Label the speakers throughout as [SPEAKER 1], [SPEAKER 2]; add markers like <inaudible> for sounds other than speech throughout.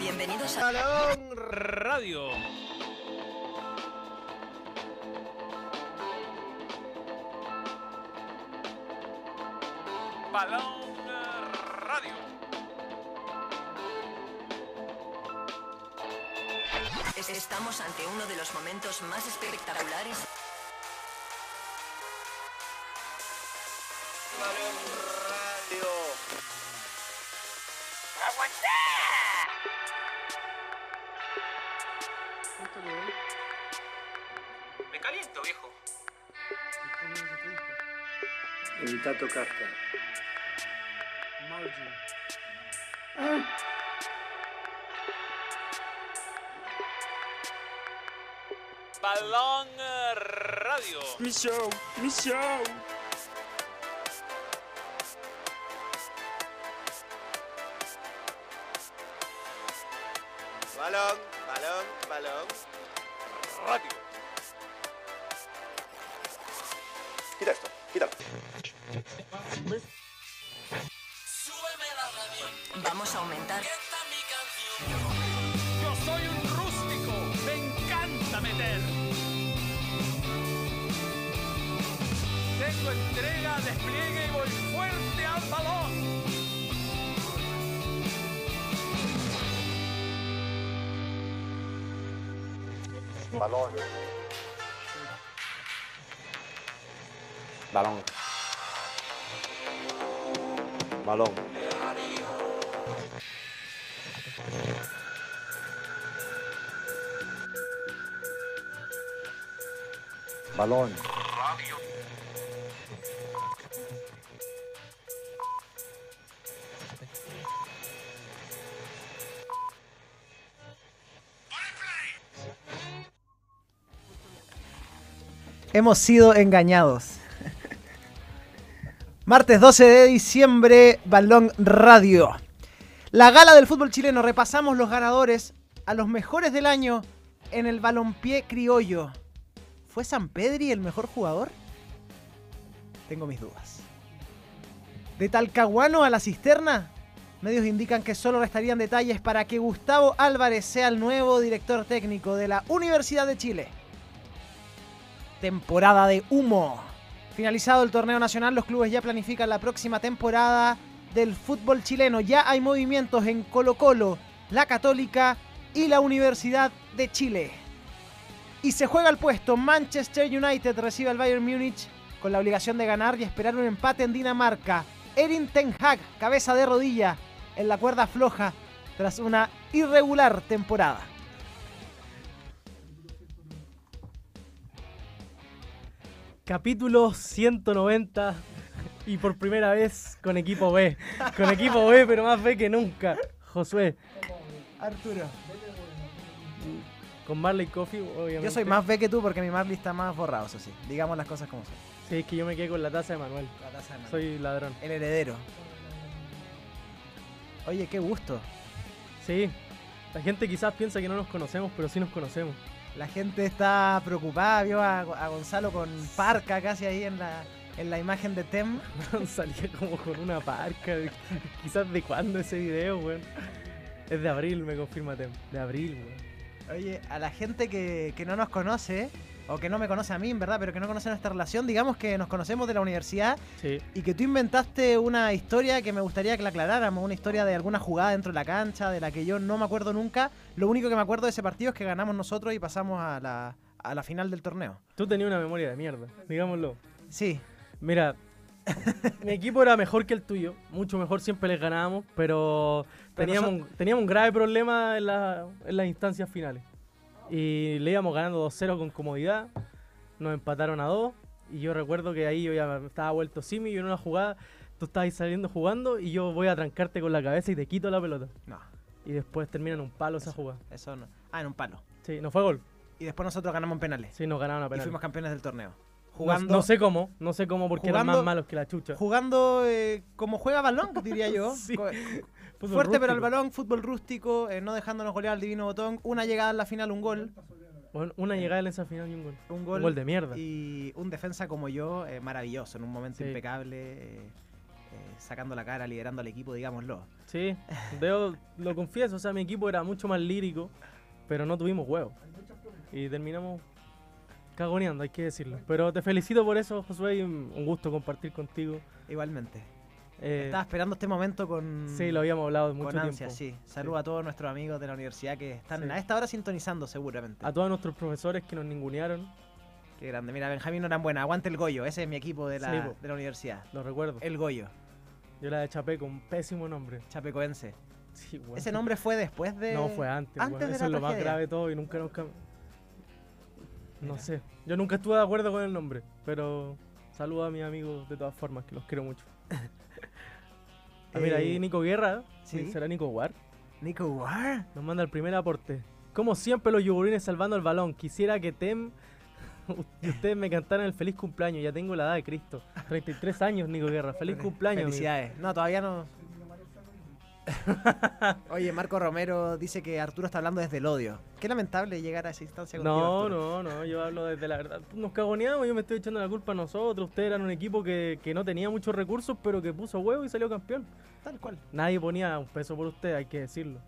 [SPEAKER 1] Bienvenidos a
[SPEAKER 2] Salón Radio. Balón Radio.
[SPEAKER 1] Es- Estamos ante uno de los momentos más espectaculares
[SPEAKER 3] Balón Radio. Me caliento, viejo.
[SPEAKER 4] Evita tocarte.
[SPEAKER 2] Balón Radio.
[SPEAKER 4] Misión, misión.
[SPEAKER 3] Balón, balón, balón.
[SPEAKER 2] Radio.
[SPEAKER 3] Quita esto, quita.
[SPEAKER 1] vamos a aumentar
[SPEAKER 2] Yo soy un rústico. Me encanta meter. Tengo entrega, despliegue y voy fuerte al balón.
[SPEAKER 3] Balón.
[SPEAKER 5] Balón. Balón. Balón.
[SPEAKER 6] Hemos sido engañados. <laughs> Martes 12 de diciembre, Balón Radio. La gala del fútbol chileno. Repasamos los ganadores a los mejores del año en el balompié criollo. ¿Fue San Pedri el mejor jugador? Tengo mis dudas. De Talcahuano a la cisterna, medios indican que solo restarían detalles para que Gustavo Álvarez sea el nuevo director técnico de la Universidad de Chile temporada de humo. Finalizado el torneo nacional, los clubes ya planifican la próxima temporada del fútbol chileno. Ya hay movimientos en Colo Colo, la Católica y la Universidad de Chile. Y se juega el puesto. Manchester United recibe al Bayern Múnich con la obligación de ganar y esperar un empate en Dinamarca. Erin Ten Hag, cabeza de rodilla, en la cuerda floja tras una irregular temporada.
[SPEAKER 7] Capítulo 190 y por primera vez con equipo B. Con equipo B, pero más B que nunca. Josué,
[SPEAKER 6] Arturo.
[SPEAKER 7] con Marley Coffee, obviamente.
[SPEAKER 6] Yo soy más B que tú porque mi Marley está más borrado, eso sí. Digamos las cosas como son.
[SPEAKER 7] Sí, es que yo me quedé con la taza de Manuel. Soy ladrón.
[SPEAKER 6] el heredero. Oye, qué gusto.
[SPEAKER 7] Sí, la gente quizás piensa que no nos conocemos, pero sí nos conocemos. <laughs>
[SPEAKER 6] La gente está preocupada, vio a, a Gonzalo con parca casi ahí en la, en la imagen de Tem.
[SPEAKER 7] Salía como con una parca. Quizás de cuándo ese video, weón. Es de abril, me confirma Tem. De abril, weón.
[SPEAKER 6] Oye, a la gente que, que no nos conoce, o que no me conoce a mí, en verdad, pero que no conoce nuestra relación, digamos que nos conocemos de la universidad
[SPEAKER 7] Sí.
[SPEAKER 6] y que tú inventaste una historia que me gustaría que la aclaráramos, una historia de alguna jugada dentro de la cancha, de la que yo no me acuerdo nunca. Lo único que me acuerdo de ese partido es que ganamos nosotros y pasamos a la, a la final del torneo.
[SPEAKER 7] Tú tenías una memoria de mierda, digámoslo.
[SPEAKER 6] Sí,
[SPEAKER 7] Mira, <laughs> mi equipo era mejor que el tuyo, mucho mejor, siempre les ganábamos, pero teníamos, un- teníamos un grave problema en, la- en las instancias finales. Y le íbamos ganando 2-0 con comodidad, nos empataron a 2, y yo recuerdo que ahí yo ya me estaba vuelto simi, y en una jugada tú estabas ahí saliendo jugando y yo voy a trancarte con la cabeza y te quito la pelota.
[SPEAKER 6] no.
[SPEAKER 7] Y después terminan un palo esa jugada.
[SPEAKER 6] Eso no. Ah, en un palo.
[SPEAKER 7] Sí, no fue gol,
[SPEAKER 6] Y después nosotros ganamos en penales.
[SPEAKER 7] sí, nos ganaron a
[SPEAKER 6] Y
[SPEAKER 7] penales.
[SPEAKER 6] fuimos campeones del torneo.
[SPEAKER 7] No-
[SPEAKER 6] Jugando,
[SPEAKER 7] no, sé cómo, no sé cómo porque eran
[SPEAKER 6] jugando-
[SPEAKER 7] más malos que la chucha.
[SPEAKER 6] jugando eh, como juega balón, diría yo.
[SPEAKER 7] <laughs> Sí.
[SPEAKER 6] Co-
[SPEAKER 7] Fútbol pues.
[SPEAKER 6] Fuerte pero al
[SPEAKER 7] rústico.
[SPEAKER 6] balón, fútbol rústico, eh, no dejándonos golear al divino botón. Una llegada en la final, un gol.
[SPEAKER 7] Bueno,
[SPEAKER 6] Eh.
[SPEAKER 7] una llegada en esa final y un gol.
[SPEAKER 6] Un gol,
[SPEAKER 7] Un gol de mierda.
[SPEAKER 6] Y un defensa como yo, eh, maravilloso, en un momento
[SPEAKER 7] Sí.
[SPEAKER 6] impecable. eh, eh, sacando la cara, liderando al equipo, digámoslo.
[SPEAKER 7] Sí, debo- lo confieso, o sea, mi equipo era mucho más lírico, pero no tuvimos huevos. Y terminamos cagoneando, hay que decirlo. Pero te felicito por eso, Josué, y un un gusto compartir contigo.
[SPEAKER 6] Igualmente.
[SPEAKER 7] Eh,
[SPEAKER 6] Estaba esperando este momento con,
[SPEAKER 7] sí, lo habíamos hablado mucho
[SPEAKER 6] con ansia,
[SPEAKER 7] tiempo.
[SPEAKER 6] sí. Saludo a todos nuestros amigos de la universidad que están
[SPEAKER 7] Sí. Ah.
[SPEAKER 6] a esta hora sintonizando seguramente.
[SPEAKER 7] A todos nuestros profesores que nos ningunearon,
[SPEAKER 6] Qué grande. Mira, Benjamín Orambuena, aguante el Goyo. Ese es mi equipo de la,
[SPEAKER 7] Sí, po.
[SPEAKER 6] de la universidad.
[SPEAKER 7] lo recuerdo.
[SPEAKER 6] El Goyo,
[SPEAKER 7] Yo la chapé con un pésimo nombre.
[SPEAKER 6] chapecoense.
[SPEAKER 7] Sí, weón.
[SPEAKER 6] Ese nombre fue después de...
[SPEAKER 7] No, fue antes, weón.
[SPEAKER 6] antes de
[SPEAKER 7] Eso
[SPEAKER 6] la
[SPEAKER 7] es lo más
[SPEAKER 6] tragedia.
[SPEAKER 7] grave de todo y nunca nos cam- No sé. Yo nunca estuve de acuerdo con el nombre, pero saludo a mis amigos de todas formas, que los
[SPEAKER 6] <laughs>
[SPEAKER 7] quiero mucho. Ah, mira, ahí
[SPEAKER 6] Eh,
[SPEAKER 7] Nico Guerra,
[SPEAKER 6] ¿sí?
[SPEAKER 7] será Nico Guar,
[SPEAKER 6] Nico War.
[SPEAKER 7] nos manda el primer aporte. Como siempre, los yogurines salvando el balón. Quisiera que Tem. <laughs> que ustedes me cantaran el feliz cumpleaños. Ya tengo la edad de Cristo. 33 años, Nico Guerra.
[SPEAKER 6] <laughs>
[SPEAKER 7] Feliz cumpleaños. amigo.
[SPEAKER 6] Felicidades. No, todavía
[SPEAKER 7] <laughs>
[SPEAKER 6] no... Oye, Marco Romero dice que Arturo está hablando desde el odio. Qué lamentable llegar a esa instancia contigo,
[SPEAKER 7] No,
[SPEAKER 6] Arturo.
[SPEAKER 7] no, no, yo hablo desde la verdad. Nos cagoneamos, yo me estoy echando la culpa a nosotros. Ustedes eran un equipo que, que no tenía muchos recursos, pero que puso huevo y salió campeón.
[SPEAKER 6] Tal
[SPEAKER 7] <laughs>
[SPEAKER 6] cual.
[SPEAKER 7] Nadie ponía un peso por usted, hay que decirlo.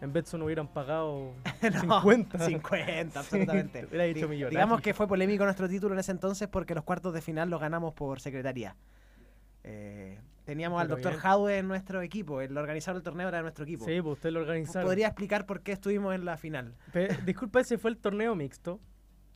[SPEAKER 7] En Betson no hubieran pagado
[SPEAKER 6] <laughs> No,
[SPEAKER 7] 50. <laughs>
[SPEAKER 6] 50, absolutamente.
[SPEAKER 7] Hubiera
[SPEAKER 6] Di-
[SPEAKER 7] dicho millonario.
[SPEAKER 6] Digamos que fue polémico nuestro título en ese entonces porque los cuartos de final los ganamos por secretaría. Eh, teníamos al
[SPEAKER 7] Pero
[SPEAKER 6] doctor
[SPEAKER 7] bien.
[SPEAKER 6] Jadwe en nuestro equipo, el organizador del torneo era de nuestro equipo.
[SPEAKER 7] Sí, pues usted lo organizaron.
[SPEAKER 6] ¿Podría explicar por qué estuvimos en la final?
[SPEAKER 7] Pe- disculpa, ese fue el torneo mixto.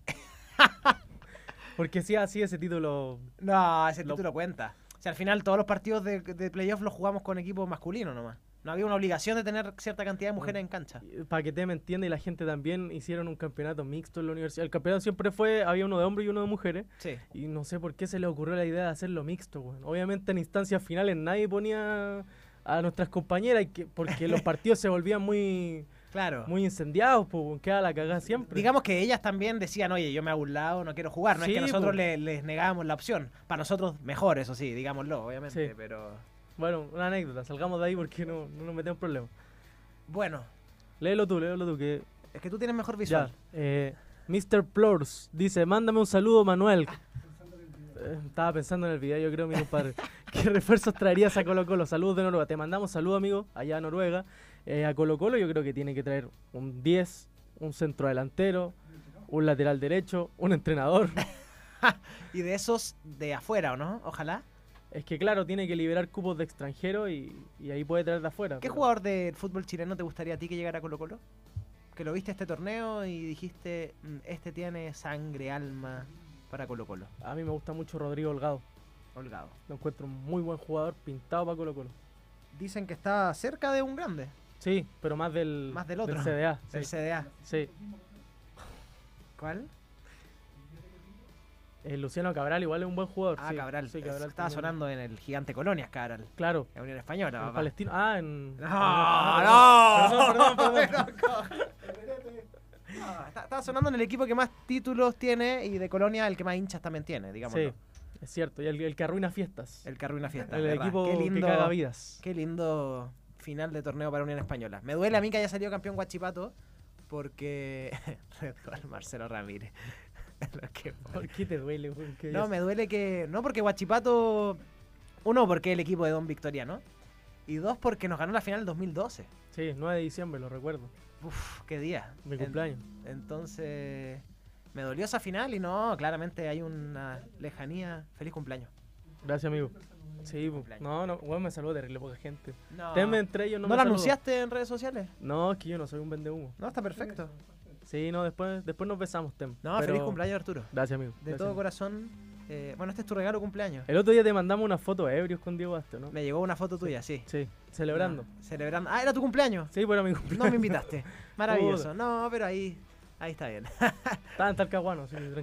[SPEAKER 6] <laughs>
[SPEAKER 7] Porque sí, así ese título.
[SPEAKER 6] No, ese
[SPEAKER 7] Lo-
[SPEAKER 6] título cuenta. O sea, al final todos los partidos de, de playoff los jugamos con equipo masculino nomás. No había una obligación de tener cierta cantidad de mujeres en cancha.
[SPEAKER 7] Para eh, que te me entienda y la gente también hicieron un campeonato mixto en la universidad. El campeonato siempre fue, había uno de hombres y uno de mujeres.
[SPEAKER 6] Sí.
[SPEAKER 7] Y no sé por qué se le ocurrió la idea de hacerlo mixto, weón. Obviamente en instancias finales nadie ponía a nuestras compañeras y que- porque los partidos se volvían muy,
[SPEAKER 6] Claro.
[SPEAKER 7] muy incendiados, pues, weón. Queda la cagada siempre.
[SPEAKER 6] Digamos que ellas también decían, oye, yo me hago un lado, no quiero jugar. No es
[SPEAKER 7] Sí,
[SPEAKER 6] que nosotros
[SPEAKER 7] po.
[SPEAKER 6] le- les negábamos la opción. Para nosotros mejor, eso sí, digámoslo, obviamente.
[SPEAKER 7] Sí.
[SPEAKER 6] Pero
[SPEAKER 7] Bueno, una anécdota. Salgamos de ahí porque no, no nos metemos en problemas.
[SPEAKER 6] bueno,
[SPEAKER 7] Léelo tú, léelo tú, que
[SPEAKER 6] es que tú tienes mejor
[SPEAKER 7] Ya,
[SPEAKER 6] visual.
[SPEAKER 7] eh, Mr. Plors dice, mándame un saludo, Manuel.
[SPEAKER 6] Ah,
[SPEAKER 7] Eh, estaba pensando en el video, yo creo, mi compadre. <laughs> ¿Qué refuerzos traerías a Colo Colo? Saludos de Noruega. Te mandamos saludos, amigo, allá a Noruega. Eh, a Colo Colo yo creo que tiene que traer un 10, un centro delantero, un lateral derecho,
[SPEAKER 6] <laughs>
[SPEAKER 7] un entrenador.
[SPEAKER 6] Y de esos de afuera, ¿o no? Ojalá.
[SPEAKER 7] Es que claro, tiene que liberar cupos de extranjero y, y ahí puede traer de afuera.
[SPEAKER 6] ¿Qué
[SPEAKER 7] pero-
[SPEAKER 6] jugador del fútbol chileno te gustaría a ti que llegara a Colo Colo? Que lo viste este torneo y dijiste, "Mm, este tiene sangre, alma para Colo Colo.
[SPEAKER 7] A mí me gusta mucho Rodrigo Holgado.
[SPEAKER 6] Holgado.
[SPEAKER 7] Lo encuentro un muy buen jugador, pintado para Colo Colo.
[SPEAKER 6] Dicen que está cerca de un grande,
[SPEAKER 7] Sí, pero más del,
[SPEAKER 6] Más del otro.
[SPEAKER 7] CDA.
[SPEAKER 6] del
[SPEAKER 7] sí,
[SPEAKER 6] CDA.
[SPEAKER 7] sí.
[SPEAKER 6] ¿Cuál?
[SPEAKER 7] Eh, Luciano Cabral igual es un buen jugador.
[SPEAKER 6] Ah,
[SPEAKER 7] sí.
[SPEAKER 6] Cabral.
[SPEAKER 7] Sí,
[SPEAKER 6] Estaba
[SPEAKER 7] también.
[SPEAKER 6] sonando en el Gigante Colonias, Cabral.
[SPEAKER 7] Claro.
[SPEAKER 6] La Unión Española,
[SPEAKER 7] en
[SPEAKER 6] papá.
[SPEAKER 7] Palestino. Ah, en.
[SPEAKER 6] ¡No!
[SPEAKER 7] Perdón, perdón, perdón.
[SPEAKER 6] <laughs> Ah, está- Estaba sonando en el equipo que más títulos tiene y de Colonia el que más hinchas también tiene, digamos.
[SPEAKER 7] Sí, es cierto. Y el, el que arruina fiestas. El,
[SPEAKER 6] El que arruina fiesta. ¿verdad?
[SPEAKER 7] equipo
[SPEAKER 6] qué
[SPEAKER 7] que
[SPEAKER 6] lindo,
[SPEAKER 7] caga vidas. <laughs>
[SPEAKER 6] Qué lindo final de torneo para Unión Española. Me duele a mí que haya salido campeón Guachipato porque... <laughs> Red Bull, Marcelo Ramírez. <laughs> Lo que-
[SPEAKER 7] ¿Por qué te duele, güey? ¿Qué
[SPEAKER 6] No,
[SPEAKER 7] es?
[SPEAKER 6] me duele que... No, porque Guachipato... Uno, porque el equipo de Don Victoriano. Y dos, porque nos ganó la final el 2012.
[SPEAKER 7] Sí, 9 de diciembre, lo recuerdo.
[SPEAKER 6] Uf, qué día.
[SPEAKER 7] Mi
[SPEAKER 6] En-
[SPEAKER 7] cumpleaños.
[SPEAKER 6] entonces, me dolió esa final y no, claramente hay una lejanía. Feliz cumpleaños.
[SPEAKER 7] Gracias, amigo. Sí, po.
[SPEAKER 6] Cumpleaños.
[SPEAKER 7] no, no, güey, me saludó terrible poca gente.
[SPEAKER 6] No,
[SPEAKER 7] Teme entre ellos, no,
[SPEAKER 6] ¿No
[SPEAKER 7] me
[SPEAKER 6] lo
[SPEAKER 7] saludó.
[SPEAKER 6] anunciaste en redes sociales?
[SPEAKER 7] No, es que yo no soy un vendehumo.
[SPEAKER 6] No, está perfecto.
[SPEAKER 7] Sí, no, después, después nos besamos, Tem.
[SPEAKER 6] No,
[SPEAKER 7] Pero-
[SPEAKER 6] feliz cumpleaños, Arturo.
[SPEAKER 7] Gracias, amigo.
[SPEAKER 6] De
[SPEAKER 7] gracias,
[SPEAKER 6] todo
[SPEAKER 7] amigo.
[SPEAKER 6] corazón. eh, bueno, este es tu regalo cumpleaños.
[SPEAKER 7] El otro día te mandamos una foto ebrios con Diego Basto, ¿no?
[SPEAKER 6] Me llegó una foto tuya, sí.
[SPEAKER 7] Sí, celebrando.
[SPEAKER 6] Ah, celebrando. Ah, era tu cumpleaños.
[SPEAKER 7] Sí, pero mi cumpleaños.
[SPEAKER 6] No
[SPEAKER 7] <laughs>
[SPEAKER 6] me invitaste. Maravilloso. No, pero ahí, ahí está bien. <laughs>
[SPEAKER 7] Estaba en Talcahuano, sí, tranquilo.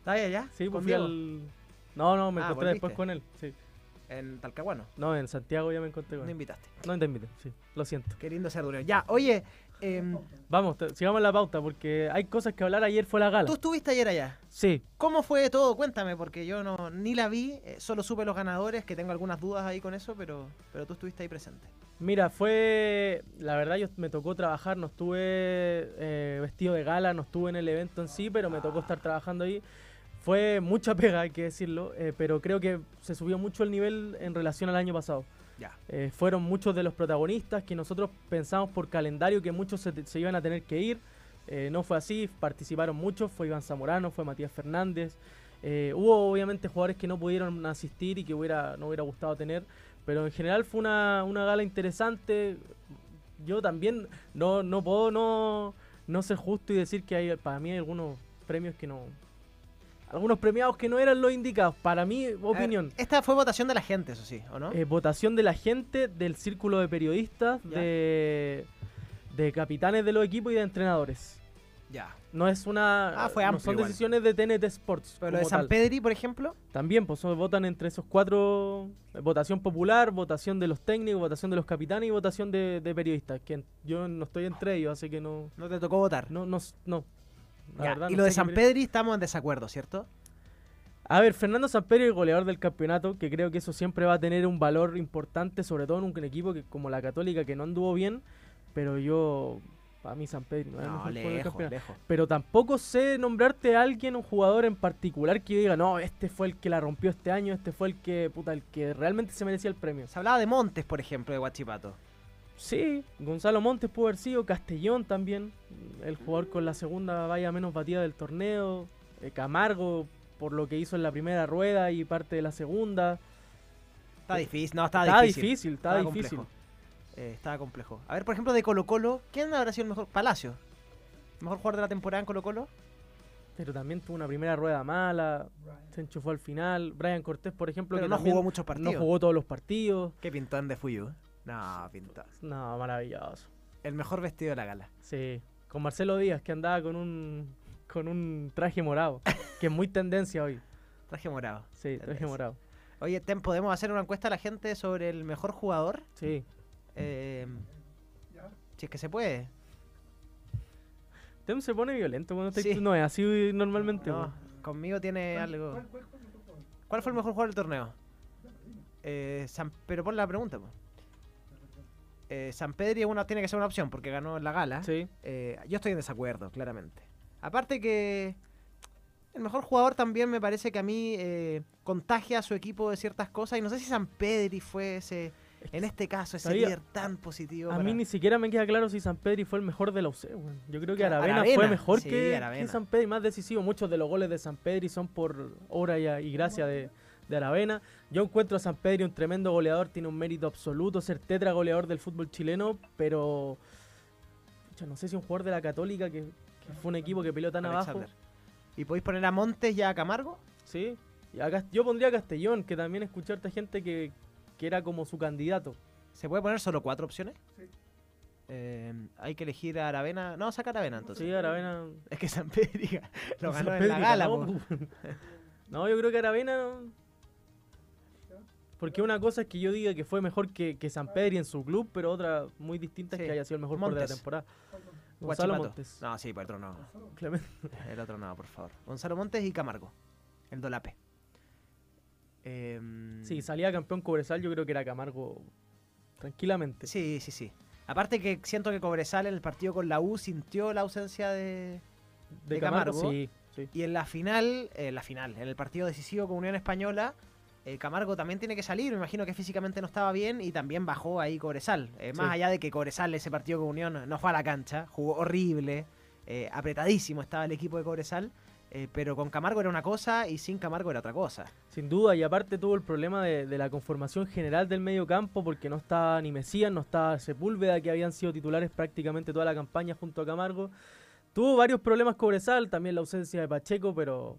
[SPEAKER 6] ¿Está bien ya?
[SPEAKER 7] Sí,
[SPEAKER 6] ¿Con
[SPEAKER 7] pues fui
[SPEAKER 6] Diego?
[SPEAKER 7] al... No, no, me
[SPEAKER 6] Ah,
[SPEAKER 7] encontré después
[SPEAKER 6] ¿volviste?
[SPEAKER 7] con él. Sí.
[SPEAKER 6] En Talcahuano.
[SPEAKER 7] No, en Santiago ya me encontré con
[SPEAKER 6] No
[SPEAKER 7] él.
[SPEAKER 6] invitaste.
[SPEAKER 7] No te invité, sí, lo siento.
[SPEAKER 6] Qué lindo ser duro. Ya, oye, em,
[SPEAKER 7] Vamos, te- sigamos la pauta porque hay cosas que hablar. Ayer fue la gala.
[SPEAKER 6] tú estuviste ayer allá.
[SPEAKER 7] Sí,
[SPEAKER 6] ¿Cómo fue todo? Cuéntame, porque yo no ni la vi, eh, solo supe los ganadores, que tengo algunas dudas ahí con eso, pero, pero tú estuviste ahí presente.
[SPEAKER 7] mira, fue... La verdad, yo me tocó trabajar, no estuve eh, vestido de gala, no estuve en el evento en sí, pero me tocó estar trabajando ahí. Fue mucha <laughs> pega, hay que decirlo, eh, pero creo que se subió mucho el nivel en relación al año pasado.
[SPEAKER 6] Ya.
[SPEAKER 7] Eh, fueron muchos de los protagonistas que nosotros pensamos por calendario que muchos se, te- se iban a tener que ir. Eh, no fue así, participaron muchos, fue Iván Zamorano, fue Matías Fernández. Eh, hubo obviamente jugadores que no pudieron asistir y que hubiera, no hubiera gustado tener, pero en general fue una, una gala interesante. Yo también no, no puedo no, no ser justo y decir que hay para mí hay algunos premios que no... Algunos premiados que no eran los indicados, para mi
[SPEAKER 6] A ver,
[SPEAKER 7] opinión.
[SPEAKER 6] Esta fue votación de la gente, eso sí, ¿o no?
[SPEAKER 7] Eh, votación de la gente, del círculo de periodistas,
[SPEAKER 6] Ya.
[SPEAKER 7] de, de capitanes de los equipos y de entrenadores.
[SPEAKER 6] ya.
[SPEAKER 7] No es una.
[SPEAKER 6] Ah, fue
[SPEAKER 7] no
[SPEAKER 6] amplio
[SPEAKER 7] son
[SPEAKER 6] igual.
[SPEAKER 7] decisiones de TNT Sports.
[SPEAKER 6] Pero lo de
[SPEAKER 7] como
[SPEAKER 6] San
[SPEAKER 7] tal.
[SPEAKER 6] Pedri, por ejemplo,
[SPEAKER 7] También, pues son- votan entre esos cuatro: eh, votación popular, votación de los técnicos, votación de los capitanes y votación de, de periodistas. Que en- yo no estoy entre ellos, así que no.
[SPEAKER 6] no te tocó votar.
[SPEAKER 7] No, no, s- no. La
[SPEAKER 6] Ya,
[SPEAKER 7] verdad,
[SPEAKER 6] y
[SPEAKER 7] no
[SPEAKER 6] lo de
[SPEAKER 7] sé qué
[SPEAKER 6] San
[SPEAKER 7] opina-
[SPEAKER 6] Pedri estamos en desacuerdo, ¿cierto?
[SPEAKER 7] A ver, Fernando Samperio, el goleador del campeonato, que creo que eso siempre va a tener un valor importante, sobre todo en un equipo que, como la Católica, que no anduvo bien, pero yo, para mí Samperio no es el mejor jugador del campeonato.
[SPEAKER 6] lejos.
[SPEAKER 7] Pero tampoco sé nombrarte a alguien, un jugador en particular, que yo diga, no, este fue el que la rompió este año, este fue el que, puta, el que realmente se merecía el premio.
[SPEAKER 6] Se hablaba de Montes, por ejemplo, de Guachipato.
[SPEAKER 7] Sí, Gonzalo Montes pudo haber sido, Castellón también, el jugador con la segunda valla menos batida del torneo, eh, Camargo por lo que hizo en la primera rueda y parte de la segunda.
[SPEAKER 6] Está difícil, no, estaba
[SPEAKER 7] Está
[SPEAKER 6] Ah, difícil.
[SPEAKER 7] difícil, está
[SPEAKER 6] Estaba
[SPEAKER 7] difícil.
[SPEAKER 6] complejo. Eh, estaba complejo. A ver, por ejemplo, de Colo Colo, ¿quién habrá sido el mejor? Palacio. ¿Mejor jugador de la temporada en Colo Colo?
[SPEAKER 7] Pero también tuvo una primera rueda mala, se enchufó al final. Brian Cortés, por ejemplo,
[SPEAKER 6] Pero
[SPEAKER 7] que
[SPEAKER 6] no
[SPEAKER 7] también
[SPEAKER 6] jugó muchos partidos.
[SPEAKER 7] no jugó todos los partidos.
[SPEAKER 6] Qué pintón de Fuyu. No, pintón.
[SPEAKER 7] No, maravilloso.
[SPEAKER 6] El mejor vestido de la gala.
[SPEAKER 7] Sí, con Marcelo Díaz, que andaba con un, con un
[SPEAKER 6] <laughs>
[SPEAKER 7] traje morado, que es muy tendencia hoy.
[SPEAKER 6] Traje morado.
[SPEAKER 7] Sí, traje
[SPEAKER 6] Tendencia.
[SPEAKER 7] morado.
[SPEAKER 6] Oye, Tem, ¿podemos hacer una encuesta a la gente sobre el mejor jugador?
[SPEAKER 7] Sí.
[SPEAKER 6] Eh, si es que se puede.
[SPEAKER 7] Tem se pone violento cuando estáis
[SPEAKER 6] Sí.
[SPEAKER 7] tú. No es así normalmente.
[SPEAKER 6] No,
[SPEAKER 7] weón.
[SPEAKER 6] conmigo tiene algo. ¿cuál, fue el mejor jugador del torneo? Eh, San- pero pon la pregunta. po. Eh, San Pedri es una, tiene que ser una opción porque ganó en la gala.
[SPEAKER 7] Sí.
[SPEAKER 6] Eh, yo estoy en desacuerdo, claramente. Aparte que el mejor jugador también me parece que a mí eh, contagia a su equipo de ciertas cosas y no sé si San Pedri fue ese,
[SPEAKER 7] Es que
[SPEAKER 6] en este caso, ese
[SPEAKER 7] sabía-
[SPEAKER 6] líder tan positivo.
[SPEAKER 7] A
[SPEAKER 6] para-
[SPEAKER 7] mí ni siquiera me queda claro si San Pedri fue el mejor de la UC, weón. Yo creo que
[SPEAKER 6] Claro,
[SPEAKER 7] Aravena, fue
[SPEAKER 6] Aravena,
[SPEAKER 7] mejor
[SPEAKER 6] sí,
[SPEAKER 7] que,
[SPEAKER 6] Aravena.
[SPEAKER 7] que San Pedri, más decisivo. Muchos de los goles de San Pedri son por obra y, y gracia de, de Aravena. Yo encuentro a San Pedri un tremendo goleador, tiene un mérito absoluto ser tetra goleador del fútbol chileno, pero pucha, no sé si un jugador de la Católica que, que fue un equipo que peleó tan abajo.
[SPEAKER 6] Alexander. ¿Y podéis poner a Montes y a Camargo?
[SPEAKER 7] Sí. Y a Cas- yo pondría a Castellón, que también escuché a harta gente que, que era como su candidato.
[SPEAKER 6] ¿Se puede poner solo cuatro opciones? Eh, hay que elegir a Aravena. No, saca a Aravena entonces.
[SPEAKER 7] Sí, Aravena
[SPEAKER 6] Es que San Pedri
[SPEAKER 7] <laughs>
[SPEAKER 6] lo ganó en
[SPEAKER 7] San
[SPEAKER 6] la
[SPEAKER 7] Pedri
[SPEAKER 6] gala. po.
[SPEAKER 7] ganó, pu. No, yo creo que Aravena. no. Porque una cosa es que yo diga que fue mejor que, que San Pedri en su club, pero otra muy distinta
[SPEAKER 6] Sí.
[SPEAKER 7] es que haya sido el mejor jugador de la
[SPEAKER 6] Montes.
[SPEAKER 7] temporada. Gonzalo
[SPEAKER 6] Guachipato.
[SPEAKER 7] Montes.
[SPEAKER 6] No, sí, por otro no.
[SPEAKER 7] Clemente.
[SPEAKER 6] El otro no, por favor. Gonzalo Montes y Camargo. El Dolape. Em,
[SPEAKER 7] Sí, salía campeón Cobresal, yo creo que era Camargo tranquilamente.
[SPEAKER 6] sí, sí, sí. Aparte que siento que Cobresal en el partido con la U sintió la ausencia de... de Camargo.
[SPEAKER 7] Sí, sí.
[SPEAKER 6] Y en la final, eh, en la final, en el partido decisivo con Unión Española, eh, Camargo también tiene que salir. Me imagino que físicamente no estaba bien y también bajó ahí Cobresal. Eh, más
[SPEAKER 7] Sí.
[SPEAKER 6] allá de que Cobresal ese partido con Unión no fue a la cancha, jugó horrible, eh, apretadísimo estaba el equipo de Cobresal. eh, pero con Camargo era una cosa y sin Camargo era otra cosa.
[SPEAKER 7] Sin duda, y aparte tuvo el problema de, de la conformación general del medio campo, porque no estaba ni Mesías, no estaba Sepúlveda, que habían sido titulares prácticamente toda la campaña junto a Camargo. Tuvo varios problemas Cobresal, también la ausencia de Pacheco, pero,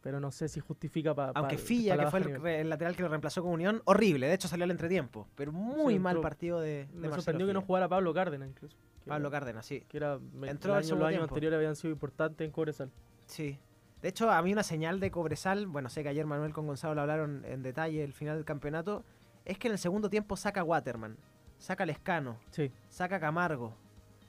[SPEAKER 7] pero no sé si justifica para.
[SPEAKER 6] Aunque Filla, que fue el, re- el lateral que lo reemplazó con Unión, horrible. De hecho salió al entretiempo. Pero muy
[SPEAKER 7] Sí,
[SPEAKER 6] mal
[SPEAKER 7] entró-
[SPEAKER 6] partido de, de
[SPEAKER 7] Me
[SPEAKER 6] Marcelo
[SPEAKER 7] sorprendió que no
[SPEAKER 6] Filla.
[SPEAKER 7] jugara Pablo Cárdenas, incluso. que
[SPEAKER 6] Pablo
[SPEAKER 7] era-
[SPEAKER 6] Cárdenas, sí.
[SPEAKER 7] Que era. me-
[SPEAKER 6] Entró
[SPEAKER 7] el
[SPEAKER 6] al
[SPEAKER 7] año-
[SPEAKER 6] segundo
[SPEAKER 7] los años
[SPEAKER 6] tiempo.
[SPEAKER 7] anteriores habían sido importantes en Cobresal.
[SPEAKER 6] Sí. De hecho, a mí una señal de Cobresal, bueno, sé que ayer Manuel con Gonzalo lo hablaron en detalle el final del campeonato, es que en el segundo tiempo saca Waterman, saca Lescano,
[SPEAKER 7] Sí.
[SPEAKER 6] saca Camargo,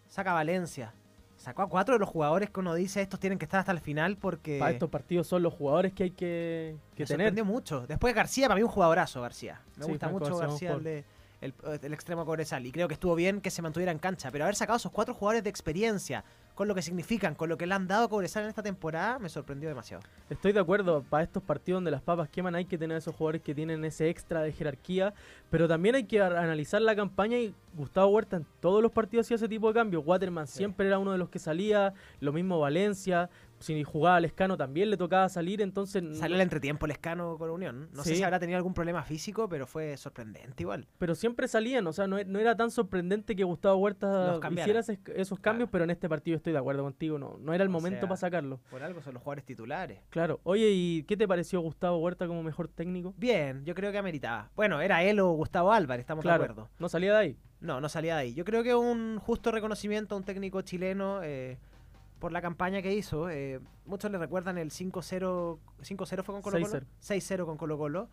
[SPEAKER 6] saca Valencia. Sacó a cuatro de los jugadores que uno dice estos tienen que estar hasta el final porque
[SPEAKER 7] Para estos partidos son los jugadores que hay que, que
[SPEAKER 6] Eh. me
[SPEAKER 7] tener.
[SPEAKER 6] sorprendió mucho. Después García, para mí un jugadorazo García. Me
[SPEAKER 7] Sí,
[SPEAKER 6] gusta
[SPEAKER 7] Franco
[SPEAKER 6] mucho
[SPEAKER 7] García,
[SPEAKER 6] García,
[SPEAKER 7] un
[SPEAKER 6] el, de- el, el extremo Cobresal y creo que estuvo bien que se mantuviera en cancha, pero haber sacado esos cuatro jugadores de experiencia con lo que significan, con lo que le han dado a Cobresal en esta temporada, me sorprendió demasiado.
[SPEAKER 7] Estoy de acuerdo, para estos partidos donde las papas queman hay que tener a esos jugadores que tienen ese extra de jerarquía, pero también hay que a- analizar la campaña y Gustavo Huerta en todos los partidos hacía ese tipo de cambios. Waterman siempre era uno de los que salía, lo mismo Valencia, si jugaba Lescano también le tocaba salir, entonces... no-
[SPEAKER 6] Salió el entretiempo Lescano con Unión. No sé
[SPEAKER 7] Sí.
[SPEAKER 6] si habrá tenido algún problema físico, pero fue sorprendente igual.
[SPEAKER 7] pero siempre salían, o sea, no, e- no era tan sorprendente que Gustavo Huerta
[SPEAKER 6] Los cambiara.
[SPEAKER 7] hiciera ese- esos cambios, pero en este partido estoy de acuerdo contigo, no, no era el
[SPEAKER 6] O
[SPEAKER 7] momento
[SPEAKER 6] sea-
[SPEAKER 7] para sacarlo.
[SPEAKER 6] Por algo son los jugadores titulares.
[SPEAKER 7] Claro, oye, ¿y qué te pareció Gustavo Huerta como mejor técnico?
[SPEAKER 6] Bien, yo creo que ameritaba. Bueno, era él o Gustavo Álvarez, estamos
[SPEAKER 7] claro,
[SPEAKER 6] de acuerdo.
[SPEAKER 7] no salía de ahí.
[SPEAKER 6] No, no salía de ahí. Yo creo que un justo reconocimiento a un técnico chileno eh, por la campaña que hizo. eh, muchos le recuerdan el 5-0. 5-0 fue con Colo Colo.
[SPEAKER 7] 6-0.
[SPEAKER 6] 6-0 con Colo Colo.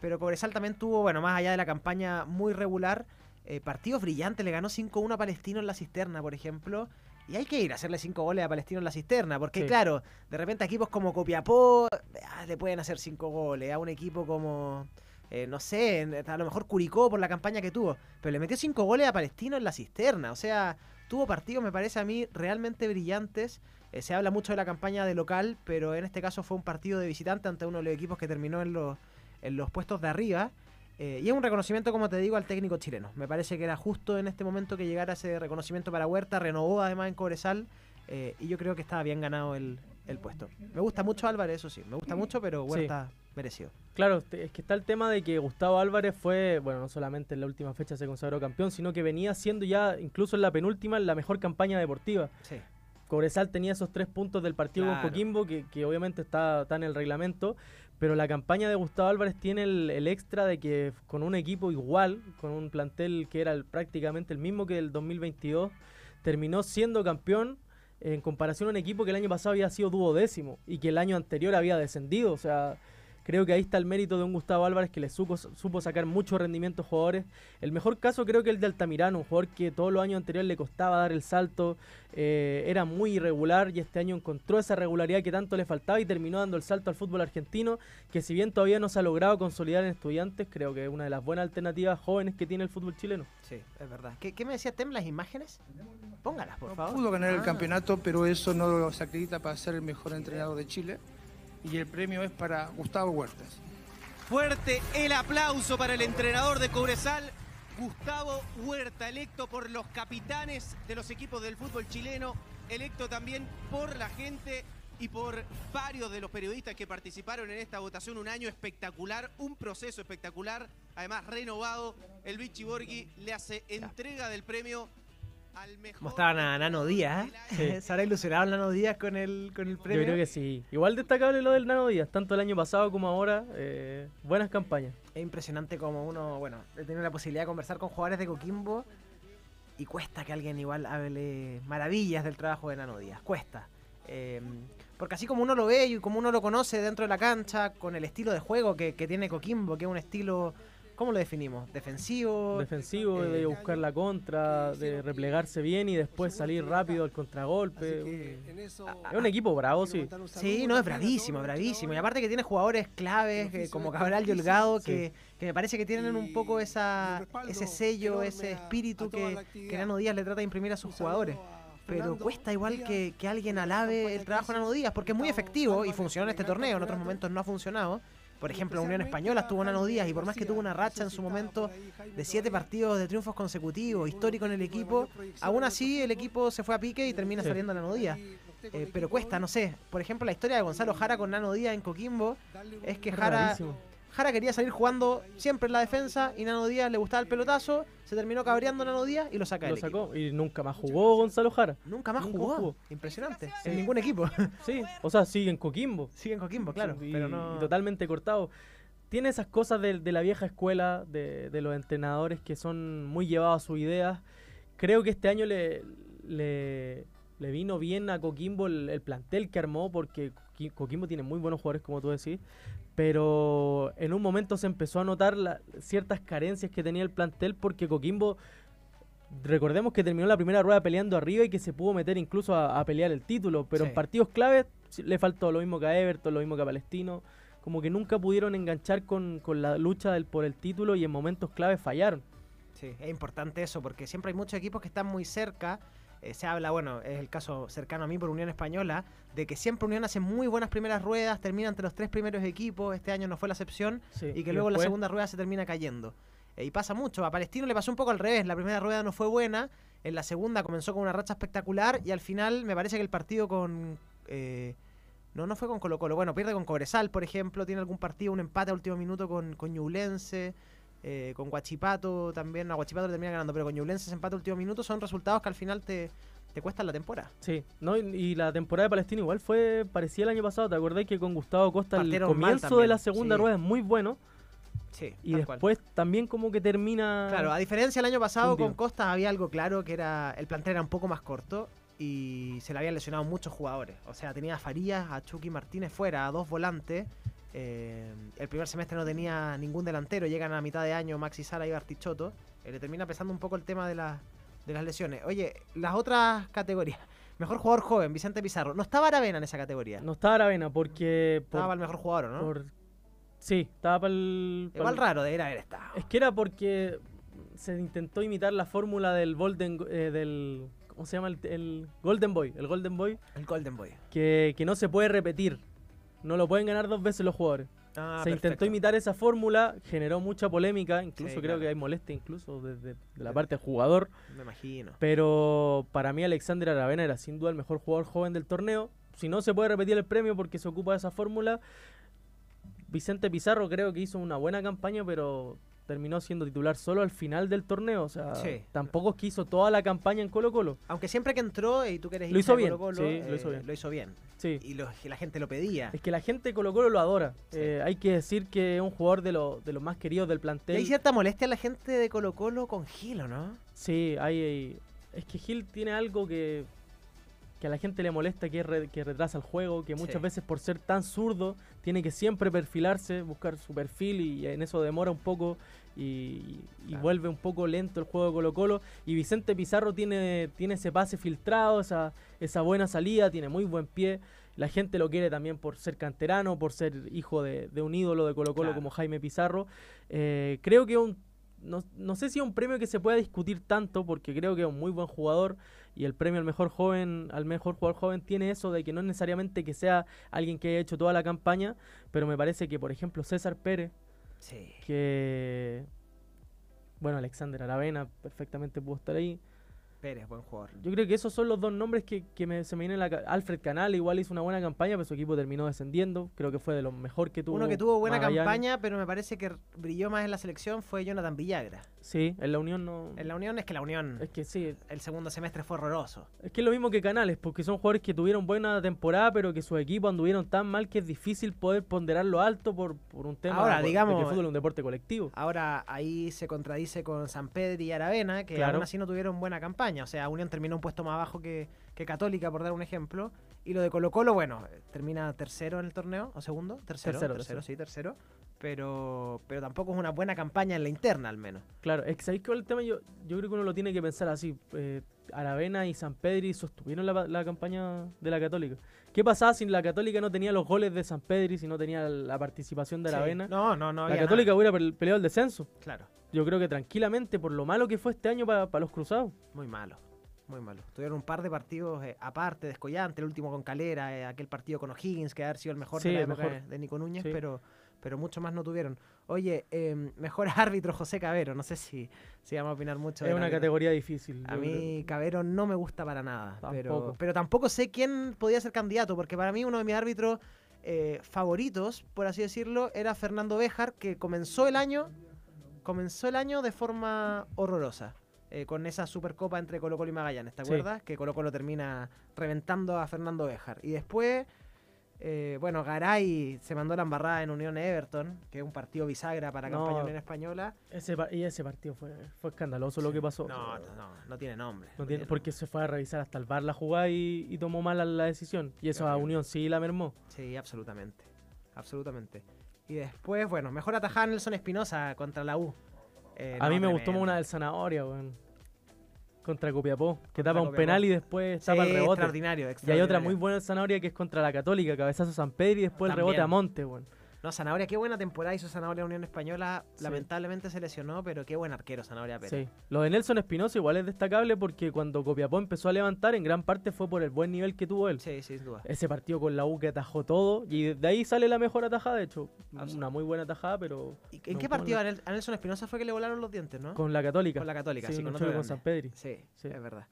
[SPEAKER 6] pero Cobresal también tuvo, bueno, más allá de la campaña muy regular, eh, partidos brillantes. Le ganó 5-1 a Palestino en la cisterna, por ejemplo. Y hay que ir a hacerle 5 goles a Palestino en la cisterna, porque
[SPEAKER 7] Sí.
[SPEAKER 6] claro, de repente a equipos como Copiapó ah, le pueden hacer 5 goles, a un equipo como, eh, no sé, en- a lo mejor Curicó por la campaña que tuvo, pero le metió 5 goles a Palestino en la cisterna, o sea, tuvo partidos, me parece a mí, realmente brillantes. Eh, se habla mucho de la campaña de local, pero en este caso fue un partido de visitante ante uno de los equipos que terminó en los, en los puestos de arriba. Eh, y es un reconocimiento, como te digo, al técnico chileno. Me parece que era justo en este momento que llegara ese reconocimiento para Huerta. Renovó además en Cobresal. eh, y yo creo que estaba bien ganado el, el puesto. Me gusta mucho Álvarez, eso sí. Me gusta mucho, pero Huerta merecido.
[SPEAKER 7] Claro, te- es que está el tema de que Gustavo Álvarez fue, bueno, no solamente en la última fecha se consagró campeón, sino que venía siendo ya, incluso en la penúltima, la mejor campaña deportiva.
[SPEAKER 6] Sí.
[SPEAKER 7] Cobresal tenía esos tres puntos del partido
[SPEAKER 6] Claro.
[SPEAKER 7] con Coquimbo, que, que obviamente está, está en el reglamento, pero la campaña de Gustavo Álvarez tiene el, el extra de que con un equipo igual, con un plantel que era el- prácticamente el mismo que el 2022, terminó siendo campeón en comparación a un equipo que el año pasado había sido duodécimo y que el año anterior había descendido. O sea, creo que ahí está el mérito de un Gustavo Álvarez que le supo, supo sacar mucho rendimiento a jugadores. El mejor caso creo que el de Altamirano, un jugador que todos los años anteriores le costaba dar el salto, eh, era muy irregular y este año encontró esa regularidad que tanto le faltaba y terminó dando el salto al fútbol argentino, que si bien todavía no se ha logrado consolidar en estudiantes, creo que es una de las buenas alternativas jóvenes que tiene el fútbol chileno.
[SPEAKER 6] Sí, es verdad. ¿Qué, qué me decía Tem las imágenes? Póngalas, por favor.
[SPEAKER 8] Pudo ganar el
[SPEAKER 6] Ah,
[SPEAKER 8] campeonato, pero eso no los acredita para ser el mejor entrenador de Chile. Y el premio es para Gustavo Huertas.
[SPEAKER 9] Fuerte el aplauso para el entrenador de Cobresal, Gustavo Huerta, electo por los capitanes de los equipos del fútbol chileno, electo también por la gente y por varios de los periodistas que participaron en esta votación. Un año espectacular, un proceso espectacular, además renovado. El Vichy Borghi le hace entrega del premio al mejor.
[SPEAKER 6] Como estaban a Nano Díaz. ¿eh? <laughs>
[SPEAKER 7] Sí.
[SPEAKER 6] ¿Se habrá ilusionado Nano Díaz con el, con el premio?
[SPEAKER 7] Yo creo que sí. Igual destacable lo del Nano Díaz, tanto el año pasado como ahora, eh, buenas campañas.
[SPEAKER 6] Es impresionante como uno, bueno, he tenido la posibilidad de conversar con jugadores de Coquimbo y cuesta que alguien igual hable maravillas del trabajo de Nano Díaz, cuesta. Eh, porque así como uno lo ve y como uno lo conoce dentro de la cancha, con el estilo de juego que, que tiene Coquimbo, que es un estilo, ¿cómo lo definimos? Defensivo.
[SPEAKER 7] Defensivo, de buscar la contra, de replegarse bien y después salir rápido al contragolpe.
[SPEAKER 8] En eso
[SPEAKER 7] Es
[SPEAKER 10] ah,
[SPEAKER 7] un equipo bravo, sí.
[SPEAKER 6] Sí, no, es bravísimo, es bravísimo. Y aparte que tiene jugadores claves, eh, como Cabral y Holgado, que, que me parece que tienen un poco esa, ese sello, ese espíritu que, que Nano Díaz le trata de imprimir a sus jugadores. Pero cuesta igual que, que alguien alabe el trabajo de Nano Díaz, porque es muy efectivo y funcionó en este torneo, en otros momentos no ha funcionado. Por ejemplo, Unión Española estuvo Nano Díaz y por más que tuvo una racha en su momento de siete partidos de triunfos consecutivos, histórico en el equipo, aún así el equipo se fue a pique y termina
[SPEAKER 7] Sí.
[SPEAKER 6] saliendo Nano Díaz. Eh, pero cuesta, no sé. Por ejemplo, la historia de Gonzalo Jara con Nano Díaz en Coquimbo es que Jara,
[SPEAKER 7] Rarísimo.
[SPEAKER 6] Jara quería salir jugando siempre en la defensa y Nano Díaz le gustaba el pelotazo, se terminó cabreando Nano Díaz y lo saca
[SPEAKER 7] Lo
[SPEAKER 6] del equipo.
[SPEAKER 7] sacó y nunca más jugó Gonzalo Jara.
[SPEAKER 6] Nunca más
[SPEAKER 7] Nunca
[SPEAKER 6] jugó.
[SPEAKER 7] jugó.
[SPEAKER 6] Impresionante. En ningún equipo. <laughs>
[SPEAKER 7] Sí, o sea, sigue en Coquimbo.
[SPEAKER 6] Sigue en Coquimbo, claro.
[SPEAKER 7] pues, Y,
[SPEAKER 6] pero no...
[SPEAKER 7] y totalmente cortado. Tiene esas cosas de, de la vieja escuela, de, de los entrenadores que son muy llevados a sus ideas. Creo que este año le, le, le vino bien a Coquimbo el, el plantel que armó, porque Coqui- Coquimbo tiene muy buenos jugadores, como tú decís. Pero en un momento se empezó a notar la- ciertas carencias que tenía el plantel, porque Coquimbo. Recordemos que terminó la primera rueda peleando arriba y que se pudo meter incluso a, a pelear el título, pero
[SPEAKER 6] Sí.
[SPEAKER 7] en partidos clave sí, le faltó lo mismo que a Everton, lo mismo que a Palestino. Como que nunca pudieron enganchar con, con la lucha del, por el título y en momentos clave fallaron.
[SPEAKER 6] Sí, es importante eso, porque siempre hay muchos equipos que están muy cerca eh, se habla, bueno, es el caso cercano a mí por Unión Española, de que siempre Unión hace muy buenas primeras ruedas, termina entre los tres primeros equipos, este año no fue la excepción,
[SPEAKER 7] Sí,
[SPEAKER 6] y que
[SPEAKER 7] y
[SPEAKER 6] luego la
[SPEAKER 7] después-
[SPEAKER 6] segunda rueda se termina cayendo. Eh, y pasa mucho, a Palestino le pasó un poco al revés, la primera rueda no fue buena, en la segunda comenzó con una racha espectacular y al final me parece que el partido con... eh, no, no fue con Colo Colo, bueno, pierde con Cobresal, por ejemplo, tiene algún partido, un empate a último minuto con, con Ñublense, eh, con Guachipato también, no, Guachipato le termina ganando, pero con Ñublense se empate a último minuto, son resultados que al final te, te cuestan la temporada.
[SPEAKER 7] Sí, no, y- y la temporada de Palestina igual fue parecía el año pasado, ¿te acordás que con Gustavo Costa
[SPEAKER 6] Partieron
[SPEAKER 7] el
[SPEAKER 6] mal
[SPEAKER 7] comienzo de
[SPEAKER 6] también,
[SPEAKER 7] la segunda
[SPEAKER 6] sí.
[SPEAKER 7] rueda es muy bueno
[SPEAKER 6] Sí,
[SPEAKER 7] y
[SPEAKER 6] tal cual.
[SPEAKER 7] después también como que termina
[SPEAKER 6] Claro, ah, a diferencia del año pasado
[SPEAKER 7] Hundido.
[SPEAKER 6] con Costa había algo claro que era el plantel era un poco más corto y se le habían lesionado muchos jugadores. O sea, tenía a Farías, a Chucky Martínez fuera, a dos volantes. Eh, el primer semestre no tenía ningún delantero, llegan a mitad de año Maxi Sara y Bartichotto. Eh, le termina pesando un poco el tema de, las- de las lesiones. Oye, las otras categorías. <laughs> Mejor jugador joven, Vicente Pizarro. No estaba Aravena en esa categoría.
[SPEAKER 7] no estaba Aravena porque por-
[SPEAKER 6] estaba el mejor jugador, ¿no?
[SPEAKER 7] por- sí, estaba para el
[SPEAKER 6] Igual raro de ir a ver estado.
[SPEAKER 7] Es que era porque se intentó imitar la fórmula del Golden eh, del ¿cómo se llama el, el Golden Boy, el Golden Boy
[SPEAKER 6] El Golden Boy.
[SPEAKER 7] que, que no se puede repetir. No lo pueden ganar dos veces los jugadores.
[SPEAKER 6] Ah,
[SPEAKER 7] se intentó
[SPEAKER 6] perfecto.
[SPEAKER 7] imitar esa fórmula, generó mucha polémica, incluso
[SPEAKER 6] Sí,
[SPEAKER 7] creo
[SPEAKER 6] claro.
[SPEAKER 7] que hay molestia incluso desde de la parte del jugador,
[SPEAKER 6] Me imagino.
[SPEAKER 7] pero para mí Alexander Aravena era sin duda el mejor jugador joven del torneo. Si no se puede repetir el premio porque se ocupa de esa fórmula, Vicente Pizarro creo que hizo una buena campaña, pero terminó siendo titular solo al final del torneo, o sea,
[SPEAKER 6] Sí.
[SPEAKER 7] tampoco es que hizo toda la campaña en Colo Colo.
[SPEAKER 6] Aunque siempre que entró, y tú que eres
[SPEAKER 7] Lo
[SPEAKER 6] hincha
[SPEAKER 7] hizo
[SPEAKER 6] de
[SPEAKER 7] bien,
[SPEAKER 6] Colo-Colo, eh,
[SPEAKER 7] sí, lo hizo bien.
[SPEAKER 6] lo hizo bien.
[SPEAKER 7] Sí.
[SPEAKER 6] Y lo- y la gente lo pedía.
[SPEAKER 7] Es que la gente de Colo Colo lo adora.
[SPEAKER 6] Sí.
[SPEAKER 7] Eh, hay que decir que es un jugador de, lo- de los más queridos del
[SPEAKER 6] Y
[SPEAKER 7] plantel.
[SPEAKER 6] hay cierta molestia a la gente de Colo Colo con Gilo, ¿no?
[SPEAKER 7] Sí, hay, hay- Es que Gil tiene algo que, que a la gente le molesta, que, es re- que retrasa el juego, que muchas
[SPEAKER 6] Sí.
[SPEAKER 7] veces por ser tan zurdo tiene que siempre perfilarse, buscar su perfil y en eso demora un poco y, y
[SPEAKER 6] Claro.
[SPEAKER 7] vuelve un poco lento el juego de Colo Colo. Y Vicente Pizarro tiene, tiene ese pase filtrado, esa, esa buena salida, tiene muy buen pie. La gente lo quiere también por ser canterano, por ser hijo de, de un ídolo de Colo Colo
[SPEAKER 6] Claro.
[SPEAKER 7] como Jaime Pizarro. Eh, creo que un, no, no sé si es un premio que se pueda discutir tanto, porque creo que es un muy buen jugador y el premio al mejor joven, al mejor jugador joven tiene eso de que no es necesariamente que sea alguien que haya hecho toda la campaña, pero me parece que, por ejemplo, César Pérez,
[SPEAKER 6] Sí.
[SPEAKER 7] que... Bueno, Alexander Aravena perfectamente pudo estar ahí.
[SPEAKER 6] Pérez, buen jugador.
[SPEAKER 7] Yo creo que esos son los dos nombres que, que me- se me vienen a la ca- Alfred Canal igual hizo una buena campaña, pero su equipo terminó descendiendo. Creo que fue de los mejor que tuvo.
[SPEAKER 6] Uno que tuvo buena
[SPEAKER 7] Magallanes.
[SPEAKER 6] campaña, pero me parece que brilló más en la selección fue Jonathan Villagra.
[SPEAKER 7] Sí, en la Unión no.
[SPEAKER 6] En la Unión es que la Unión,
[SPEAKER 7] Es que sí,
[SPEAKER 6] el segundo semestre fue horroroso.
[SPEAKER 7] es que es lo mismo que Canales, porque son jugadores que tuvieron buena temporada, pero que sus equipos anduvieron tan mal que es difícil poder ponderarlo alto por, por un tema
[SPEAKER 6] Ahora,
[SPEAKER 7] por- de
[SPEAKER 6] digamos-
[SPEAKER 7] que el fútbol es un deporte colectivo.
[SPEAKER 6] Ahora ahí se contradice con San Pedro y Aravena, que
[SPEAKER 7] Claro.
[SPEAKER 6] aún así no tuvieron buena campaña. O sea, Unión terminó un puesto más abajo que, que Católica, por dar un ejemplo. Y lo de Colo Colo, bueno, eh, termina tercero en el torneo, o segundo, tercero,
[SPEAKER 7] Tercero,
[SPEAKER 6] tercero,
[SPEAKER 7] tercero.
[SPEAKER 6] sí, tercero. Pero, pero tampoco es una buena campaña en la interna, al menos.
[SPEAKER 7] Claro, es que ¿sabéis cuál es el tema? Yo, yo creo que uno lo tiene que pensar así. eh, Aravena y San Pedri sostuvieron la, la campaña de la Católica. ¿Qué pasaba si la Católica no tenía los goles de San Pedri, si no tenía la participación de
[SPEAKER 6] Sí.
[SPEAKER 7] Aravena?
[SPEAKER 6] No, no, no.
[SPEAKER 7] la
[SPEAKER 6] había
[SPEAKER 7] Católica hubiera pel- peleado el descenso.
[SPEAKER 6] nada. Claro,
[SPEAKER 7] Yo creo que tranquilamente, por lo malo que fue este año para los cruzados.
[SPEAKER 6] muy malo. Muy malo. Tuvieron un par de partidos eh, aparte, descollante, el último con Calera, eh, aquel partido con O'Higgins, que ha sido el mejor
[SPEAKER 7] Sí,
[SPEAKER 6] de la
[SPEAKER 7] el
[SPEAKER 6] época
[SPEAKER 7] mejor.
[SPEAKER 6] de Nico Núñez,
[SPEAKER 7] Sí.
[SPEAKER 6] pero, pero mucho más no tuvieron. Oye, eh, mejor <laughs> árbitro José Cabero, no sé si, si vamos a opinar mucho.
[SPEAKER 7] Es
[SPEAKER 6] del
[SPEAKER 7] una
[SPEAKER 6] árbitro.
[SPEAKER 7] categoría difícil.
[SPEAKER 6] A
[SPEAKER 7] yo creo.
[SPEAKER 6] mí Cabero no me gusta para nada. Pero,
[SPEAKER 7] Tampoco.
[SPEAKER 6] pero tampoco sé quién podía ser candidato, porque para mí uno de mis árbitros eh, favoritos, por así decirlo, era Fernando Béjar, que comenzó el año, comenzó el año de forma horrorosa. eh, con esa supercopa entre Colo Colo y Magallanes, ¿te
[SPEAKER 7] Sí.
[SPEAKER 6] acuerdas? Que Colo Colo termina reventando a Fernando Béjar. Y después, eh, bueno, Garay se mandó la embarrada en Unión Everton, que es un partido bisagra para la
[SPEAKER 7] No.
[SPEAKER 6] campaña de Unión Española.
[SPEAKER 7] Ese, pa- y ese partido fue, fue escandaloso lo que pasó.
[SPEAKER 6] No, no, no, no tiene nombre.
[SPEAKER 7] No tiene-
[SPEAKER 6] nombre.
[SPEAKER 7] porque se fue a revisar hasta el bar la jugada y, y tomó mala la decisión. Y eso a Unión sí la mermó.
[SPEAKER 6] Sí, absolutamente. Absolutamente. Y después, bueno, mejor atajada Nelson Espinosa contra la U. Eh,
[SPEAKER 7] A
[SPEAKER 6] no,
[SPEAKER 7] mí me
[SPEAKER 6] tremendo.
[SPEAKER 7] gustó más una del Zanahoria, weón. Contra Copiapó, que
[SPEAKER 6] Contra
[SPEAKER 7] tapa un
[SPEAKER 6] Copiapó.
[SPEAKER 7] penal y después
[SPEAKER 6] Sí,
[SPEAKER 7] tapa el rebote.
[SPEAKER 6] Extraordinario,
[SPEAKER 7] Y hay otra
[SPEAKER 6] extraordinario.
[SPEAKER 7] muy buena del Zanahoria que es contra la Católica, cabezazo San Pedro y después el rebote
[SPEAKER 6] También.
[SPEAKER 7] a Monte, weón.
[SPEAKER 6] No, Zanahoria, qué buena temporada hizo Zanahoria en Unión Española.
[SPEAKER 7] Sí.
[SPEAKER 6] Lamentablemente se lesionó, pero qué buen arquero Zanahoria Pérez.
[SPEAKER 7] Sí. Lo de Nelson Espinosa igual es destacable porque cuando Copiapó empezó a levantar, en gran parte fue por el buen nivel que tuvo él.
[SPEAKER 6] Sí, sin duda.
[SPEAKER 7] Ese partido con la U que atajó todo y de ahí sale la mejor atajada, de hecho. Una muy buena atajada, pero
[SPEAKER 6] ¿Y ¿En
[SPEAKER 7] no,
[SPEAKER 6] qué
[SPEAKER 7] ¿cómo
[SPEAKER 6] partido
[SPEAKER 7] no?
[SPEAKER 6] a Nel- a Nelson Espinosa fue que le volaron los dientes, no?
[SPEAKER 7] con la Católica.
[SPEAKER 6] ¿Ah? Con la Católica, sí,
[SPEAKER 7] sí,
[SPEAKER 6] con
[SPEAKER 7] con,
[SPEAKER 6] otro
[SPEAKER 7] con
[SPEAKER 6] grande.
[SPEAKER 7] San Pedri.
[SPEAKER 6] Sí,
[SPEAKER 7] Sí.
[SPEAKER 6] es verdad.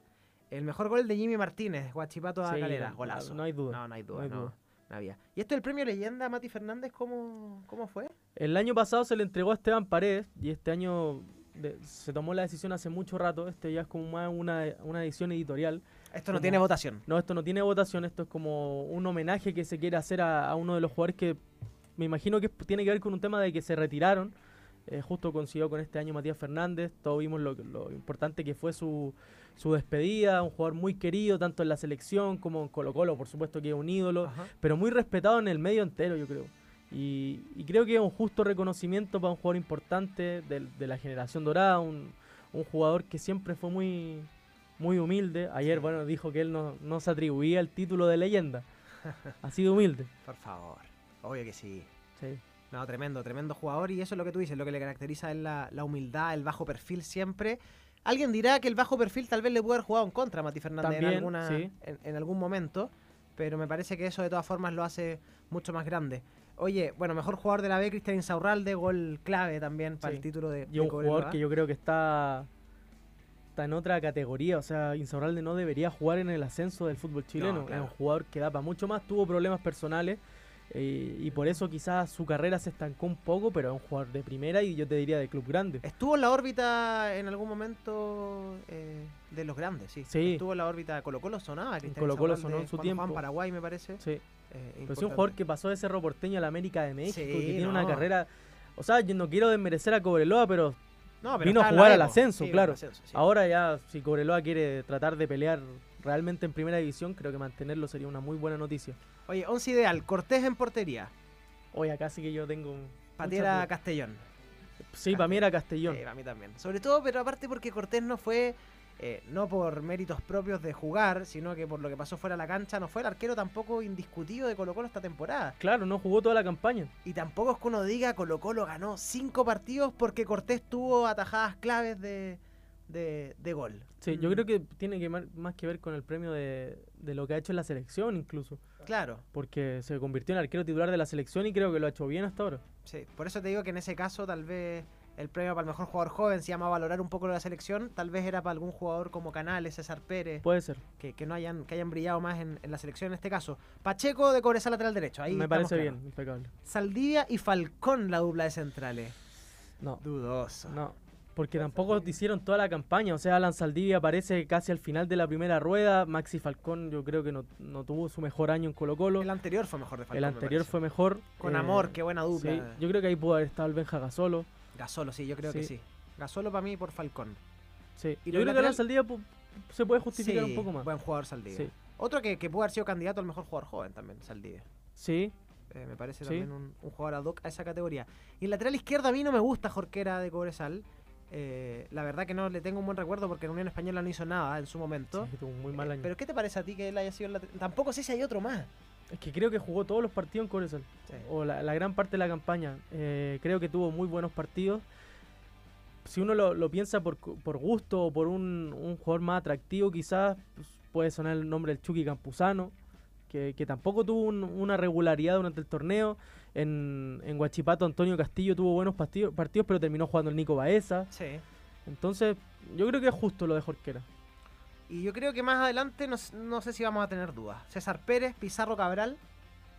[SPEAKER 6] El mejor gol de Jimmy Martínez, Guachipato a
[SPEAKER 7] Sí,
[SPEAKER 6] Calera,
[SPEAKER 7] no-
[SPEAKER 6] golazo.
[SPEAKER 7] no hay duda,
[SPEAKER 6] No, no hay duda, no,
[SPEAKER 7] no hay duda.
[SPEAKER 6] no había. ¿Y esto del premio leyenda, Mati Fernández, cómo, cómo fue?
[SPEAKER 7] El año pasado se le entregó a Esteban Paredes y este año de- se tomó la decisión hace mucho rato. Este ya es como más una, una edición editorial.
[SPEAKER 6] Esto no
[SPEAKER 7] Como-
[SPEAKER 6] tiene votación.
[SPEAKER 7] No, esto no tiene votación, esto es como un homenaje que se quiere hacer a, a uno de los jugadores que me imagino que tiene que ver con un tema de que se retiraron. Eh, justo coincidió con este año Matías Fernández, todos vimos lo, lo importante que fue su, su despedida, un jugador muy querido tanto en la selección como en Colo Colo, por supuesto que es un ídolo,
[SPEAKER 6] Ajá.
[SPEAKER 7] pero muy respetado en el medio entero, yo creo. Y, y creo que es un justo reconocimiento para un jugador importante del- de, la generación dorada, un, un jugador que siempre fue muy, muy humilde. Ayer, bueno, dijo que él no, no se atribuía el título de leyenda. Ha sido humilde.
[SPEAKER 6] Por favor, obvio que sí.
[SPEAKER 7] Sí,
[SPEAKER 6] No, tremendo, tremendo jugador. Y eso es lo que tú dices, lo que le caracteriza es la, la humildad, el bajo perfil siempre. Alguien dirá que el bajo perfil tal vez le puede haber jugado en contra a Mati Fernández en,
[SPEAKER 7] También,
[SPEAKER 6] alguna-
[SPEAKER 7] sí.
[SPEAKER 6] en- en algún momento, pero me parece que eso de todas formas lo hace mucho más grande. Oye, bueno, mejor jugador de la B, Cristian Insaurralde, gol clave también para
[SPEAKER 7] Sí.
[SPEAKER 6] el título de,
[SPEAKER 7] Y
[SPEAKER 6] de
[SPEAKER 7] un
[SPEAKER 6] Cobreloa.
[SPEAKER 7] jugador que yo creo que está, está en otra categoría. O sea, Insaurralde no debería jugar en el ascenso del fútbol chileno.
[SPEAKER 6] claro.
[SPEAKER 7] Es un jugador que da para mucho más. Tuvo problemas personales eh, y por eso quizás su carrera se estancó un poco, pero es un jugador de primera y yo te diría de club grande.
[SPEAKER 6] Estuvo en la órbita en algún momento eh, de los grandes, sí.
[SPEAKER 7] Sí.
[SPEAKER 6] Estuvo en la órbita de Colo Colo, sonaba. Cristian
[SPEAKER 7] Colo-Colo
[SPEAKER 6] Insaurralde
[SPEAKER 7] sonó en su
[SPEAKER 6] cuando
[SPEAKER 7] tiempo.
[SPEAKER 6] jugaba en Paraguay, me parece.
[SPEAKER 7] Sí.
[SPEAKER 6] Eh,
[SPEAKER 7] Pero sí, un
[SPEAKER 6] importante.
[SPEAKER 7] jugador que pasó de Cerro Porteño a la América de México,
[SPEAKER 6] Sí,
[SPEAKER 7] que tiene una
[SPEAKER 6] no.
[SPEAKER 7] carrera. O sea, yo no quiero desmerecer a Cobreloa, pero
[SPEAKER 6] No,
[SPEAKER 7] vino a
[SPEAKER 6] estaba en
[SPEAKER 7] jugar
[SPEAKER 6] B,
[SPEAKER 7] al
[SPEAKER 6] po.
[SPEAKER 7] ascenso,
[SPEAKER 6] Sí,
[SPEAKER 7] claro.
[SPEAKER 6] al ascenso, sí.
[SPEAKER 7] ahora ya, si Cobreloa quiere tratar de pelear realmente en primera división, creo que mantenerlo sería una muy buena noticia.
[SPEAKER 6] Oye, once ideal, Cortés en portería,
[SPEAKER 7] Hoy acá sí que yo tengo. muchas
[SPEAKER 6] Patiera
[SPEAKER 7] dudas.
[SPEAKER 6] Castellón.
[SPEAKER 7] Sí, para mí era Castellón.
[SPEAKER 6] Sí, para mí también. Sobre todo, pero aparte porque Cortés no fue, eh, no por méritos propios de jugar, sino que por lo que pasó fuera de la cancha, no fue el arquero tampoco indiscutido de Colo Colo esta temporada.
[SPEAKER 7] Claro, no jugó toda la campaña.
[SPEAKER 6] Y tampoco es que uno diga Colo Colo ganó cinco partidos porque Cortés tuvo atajadas claves de, de, de gol.
[SPEAKER 7] Sí, yo
[SPEAKER 6] Mm,
[SPEAKER 7] creo que tiene que mar- más que ver con el premio de, de lo que ha hecho en la selección, incluso.
[SPEAKER 6] Claro,
[SPEAKER 7] Porque se convirtió en arquero titular de la selección y creo que lo ha hecho bien hasta ahora.
[SPEAKER 6] sí. Por eso te digo que en ese caso tal vez el premio para el mejor jugador joven se llama valorar un poco la selección, tal vez era para algún jugador como Canales, César Pérez.
[SPEAKER 7] Puede ser.
[SPEAKER 6] que, que no hayan, que hayan brillado más en, en la selección en este caso. Pacheco de Cobresal lateral derecho, ahí
[SPEAKER 7] Me
[SPEAKER 6] estamos
[SPEAKER 7] parece
[SPEAKER 6] claros.
[SPEAKER 7] bien, impecable.
[SPEAKER 6] Saldivia y Falcón la dupla de centrales.
[SPEAKER 7] No,
[SPEAKER 6] Dudoso.
[SPEAKER 7] No, porque tampoco hicieron toda la campaña. O sea, Alan Saldivia aparece casi al final de la primera rueda. Maxi Falcón, yo creo que no, no tuvo su mejor año en Colo-Colo.
[SPEAKER 6] El anterior fue mejor de Falcón.
[SPEAKER 7] El
[SPEAKER 6] me
[SPEAKER 7] anterior
[SPEAKER 6] parece.
[SPEAKER 7] fue mejor.
[SPEAKER 6] Con
[SPEAKER 7] Eh,
[SPEAKER 6] amor, qué buena
[SPEAKER 7] sí,
[SPEAKER 6] dupla.
[SPEAKER 7] yo creo que ahí pudo haber estado el Benja Gasolo.
[SPEAKER 6] Gasolo, sí, yo creo que
[SPEAKER 7] Sí.
[SPEAKER 6] sí. Gasolo para mí y por Falcón.
[SPEAKER 7] Sí.
[SPEAKER 6] ¿Y
[SPEAKER 7] Yo
[SPEAKER 6] lo
[SPEAKER 7] creo que Alan
[SPEAKER 6] lateral?
[SPEAKER 7] Saldivia pu- se puede justificar
[SPEAKER 6] Sí,
[SPEAKER 7] un poco más.
[SPEAKER 6] Buen jugador Saldivia.
[SPEAKER 7] Sí.
[SPEAKER 6] Otro que, que pudo haber sido candidato al mejor jugador joven también, Saldivia.
[SPEAKER 7] Sí,
[SPEAKER 6] Eh, me parece
[SPEAKER 7] Sí.
[SPEAKER 6] también un, un jugador ad hoc a esa categoría. Y el lateral izquierdo a mí no me gusta Jorquera de Cobresal. Eh, la verdad que no le tengo un buen recuerdo porque en Unión Española no hizo nada en su momento.
[SPEAKER 7] sí, que tuvo un muy mal
[SPEAKER 6] Eh,
[SPEAKER 7] año.
[SPEAKER 6] Pero ¿qué te parece a ti que él haya sido el lateral? Tampoco sé si hay otro más.
[SPEAKER 7] Es que creo que jugó todos los partidos en Cobresal. o la, la gran parte de la campaña. Eh, creo que tuvo muy buenos partidos. Si uno lo, lo piensa por, cu- por gusto o por un, un jugador más atractivo, quizás pues, puede sonar el nombre del Chucky Campuzano, que, que tampoco tuvo un- una regularidad durante el torneo. En, en Guachipato, Antonio Castillo tuvo buenos partidos, partidos, pero terminó jugando el Nico Baeza.
[SPEAKER 6] Sí.
[SPEAKER 7] Entonces, yo creo que es justo lo de Jorquera.
[SPEAKER 6] Y yo creo que más adelante no, s- no sé si vamos a tener dudas. César Pérez, Pizarro Cabral.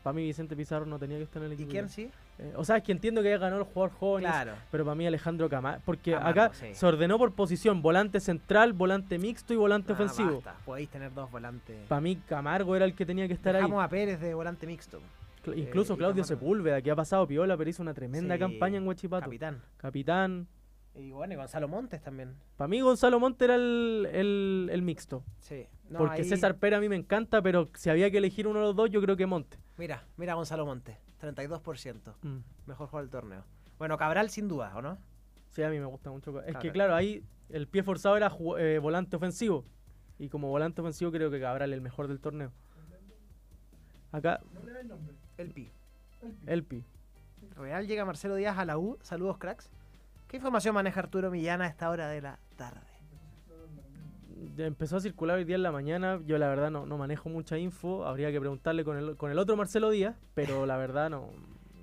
[SPEAKER 7] Para mí, Vicente Pizarro no tenía que estar en el
[SPEAKER 6] ¿Y
[SPEAKER 7] equipo.
[SPEAKER 6] quién sí?
[SPEAKER 7] Eh, o sea, es que entiendo que haya ganado el jugador joven, y eso,
[SPEAKER 6] Claro.
[SPEAKER 7] Pero para mí Alejandro Camargo, porque
[SPEAKER 6] Camargo,
[SPEAKER 7] acá
[SPEAKER 6] sí.
[SPEAKER 7] se ordenó por posición, volante central, volante mixto y
[SPEAKER 6] Ah,
[SPEAKER 7] volante Este ofensivo.
[SPEAKER 6] basta, Podéis tener dos volantes.
[SPEAKER 7] Para mí Camargo era el que tenía que estar ahí.
[SPEAKER 6] Dejamos a Pérez de volante mixto.
[SPEAKER 7] Cla- Incluso
[SPEAKER 6] eh, y
[SPEAKER 7] Claudio
[SPEAKER 6] Camargo.
[SPEAKER 7] Sepúlveda, que ha pasado piola, pero hizo una tremenda
[SPEAKER 6] Sí,
[SPEAKER 7] campaña en Huachipato.
[SPEAKER 6] Capitán.
[SPEAKER 7] Capitán.
[SPEAKER 6] Y bueno, y Gonzalo Montes también.
[SPEAKER 7] Para mí Gonzalo Monte era el, el- el mixto.
[SPEAKER 6] Sí. No,
[SPEAKER 7] porque
[SPEAKER 6] ahí-
[SPEAKER 7] César Pérez a mí me encanta, pero si había que elegir uno de los dos, yo creo que Monte.
[SPEAKER 6] Mira, mira a Gonzalo Montes. 32%.
[SPEAKER 7] Mm.
[SPEAKER 6] Mejor jugador del torneo. Bueno, Cabral sin duda, ¿o no?
[SPEAKER 7] Sí, a mí me gusta mucho. Ca- Es
[SPEAKER 6] Claro.
[SPEAKER 7] que claro, ahí el pie forzado era ju- eh, volante ofensivo. Y como volante ofensivo creo que Cabral es el mejor del torneo. Acá,
[SPEAKER 6] El Pi.
[SPEAKER 7] Elpi.
[SPEAKER 6] real llega Marcelo Díaz a la U. Saludos, cracks. ¿Qué información maneja Arturo Millán a esta hora de la tarde?
[SPEAKER 7] Ya Empezó a circular hoy día en la mañana. Yo la verdad no, no manejo mucha info. Habría que preguntarle con el, con el otro Marcelo Díaz, pero la verdad no. no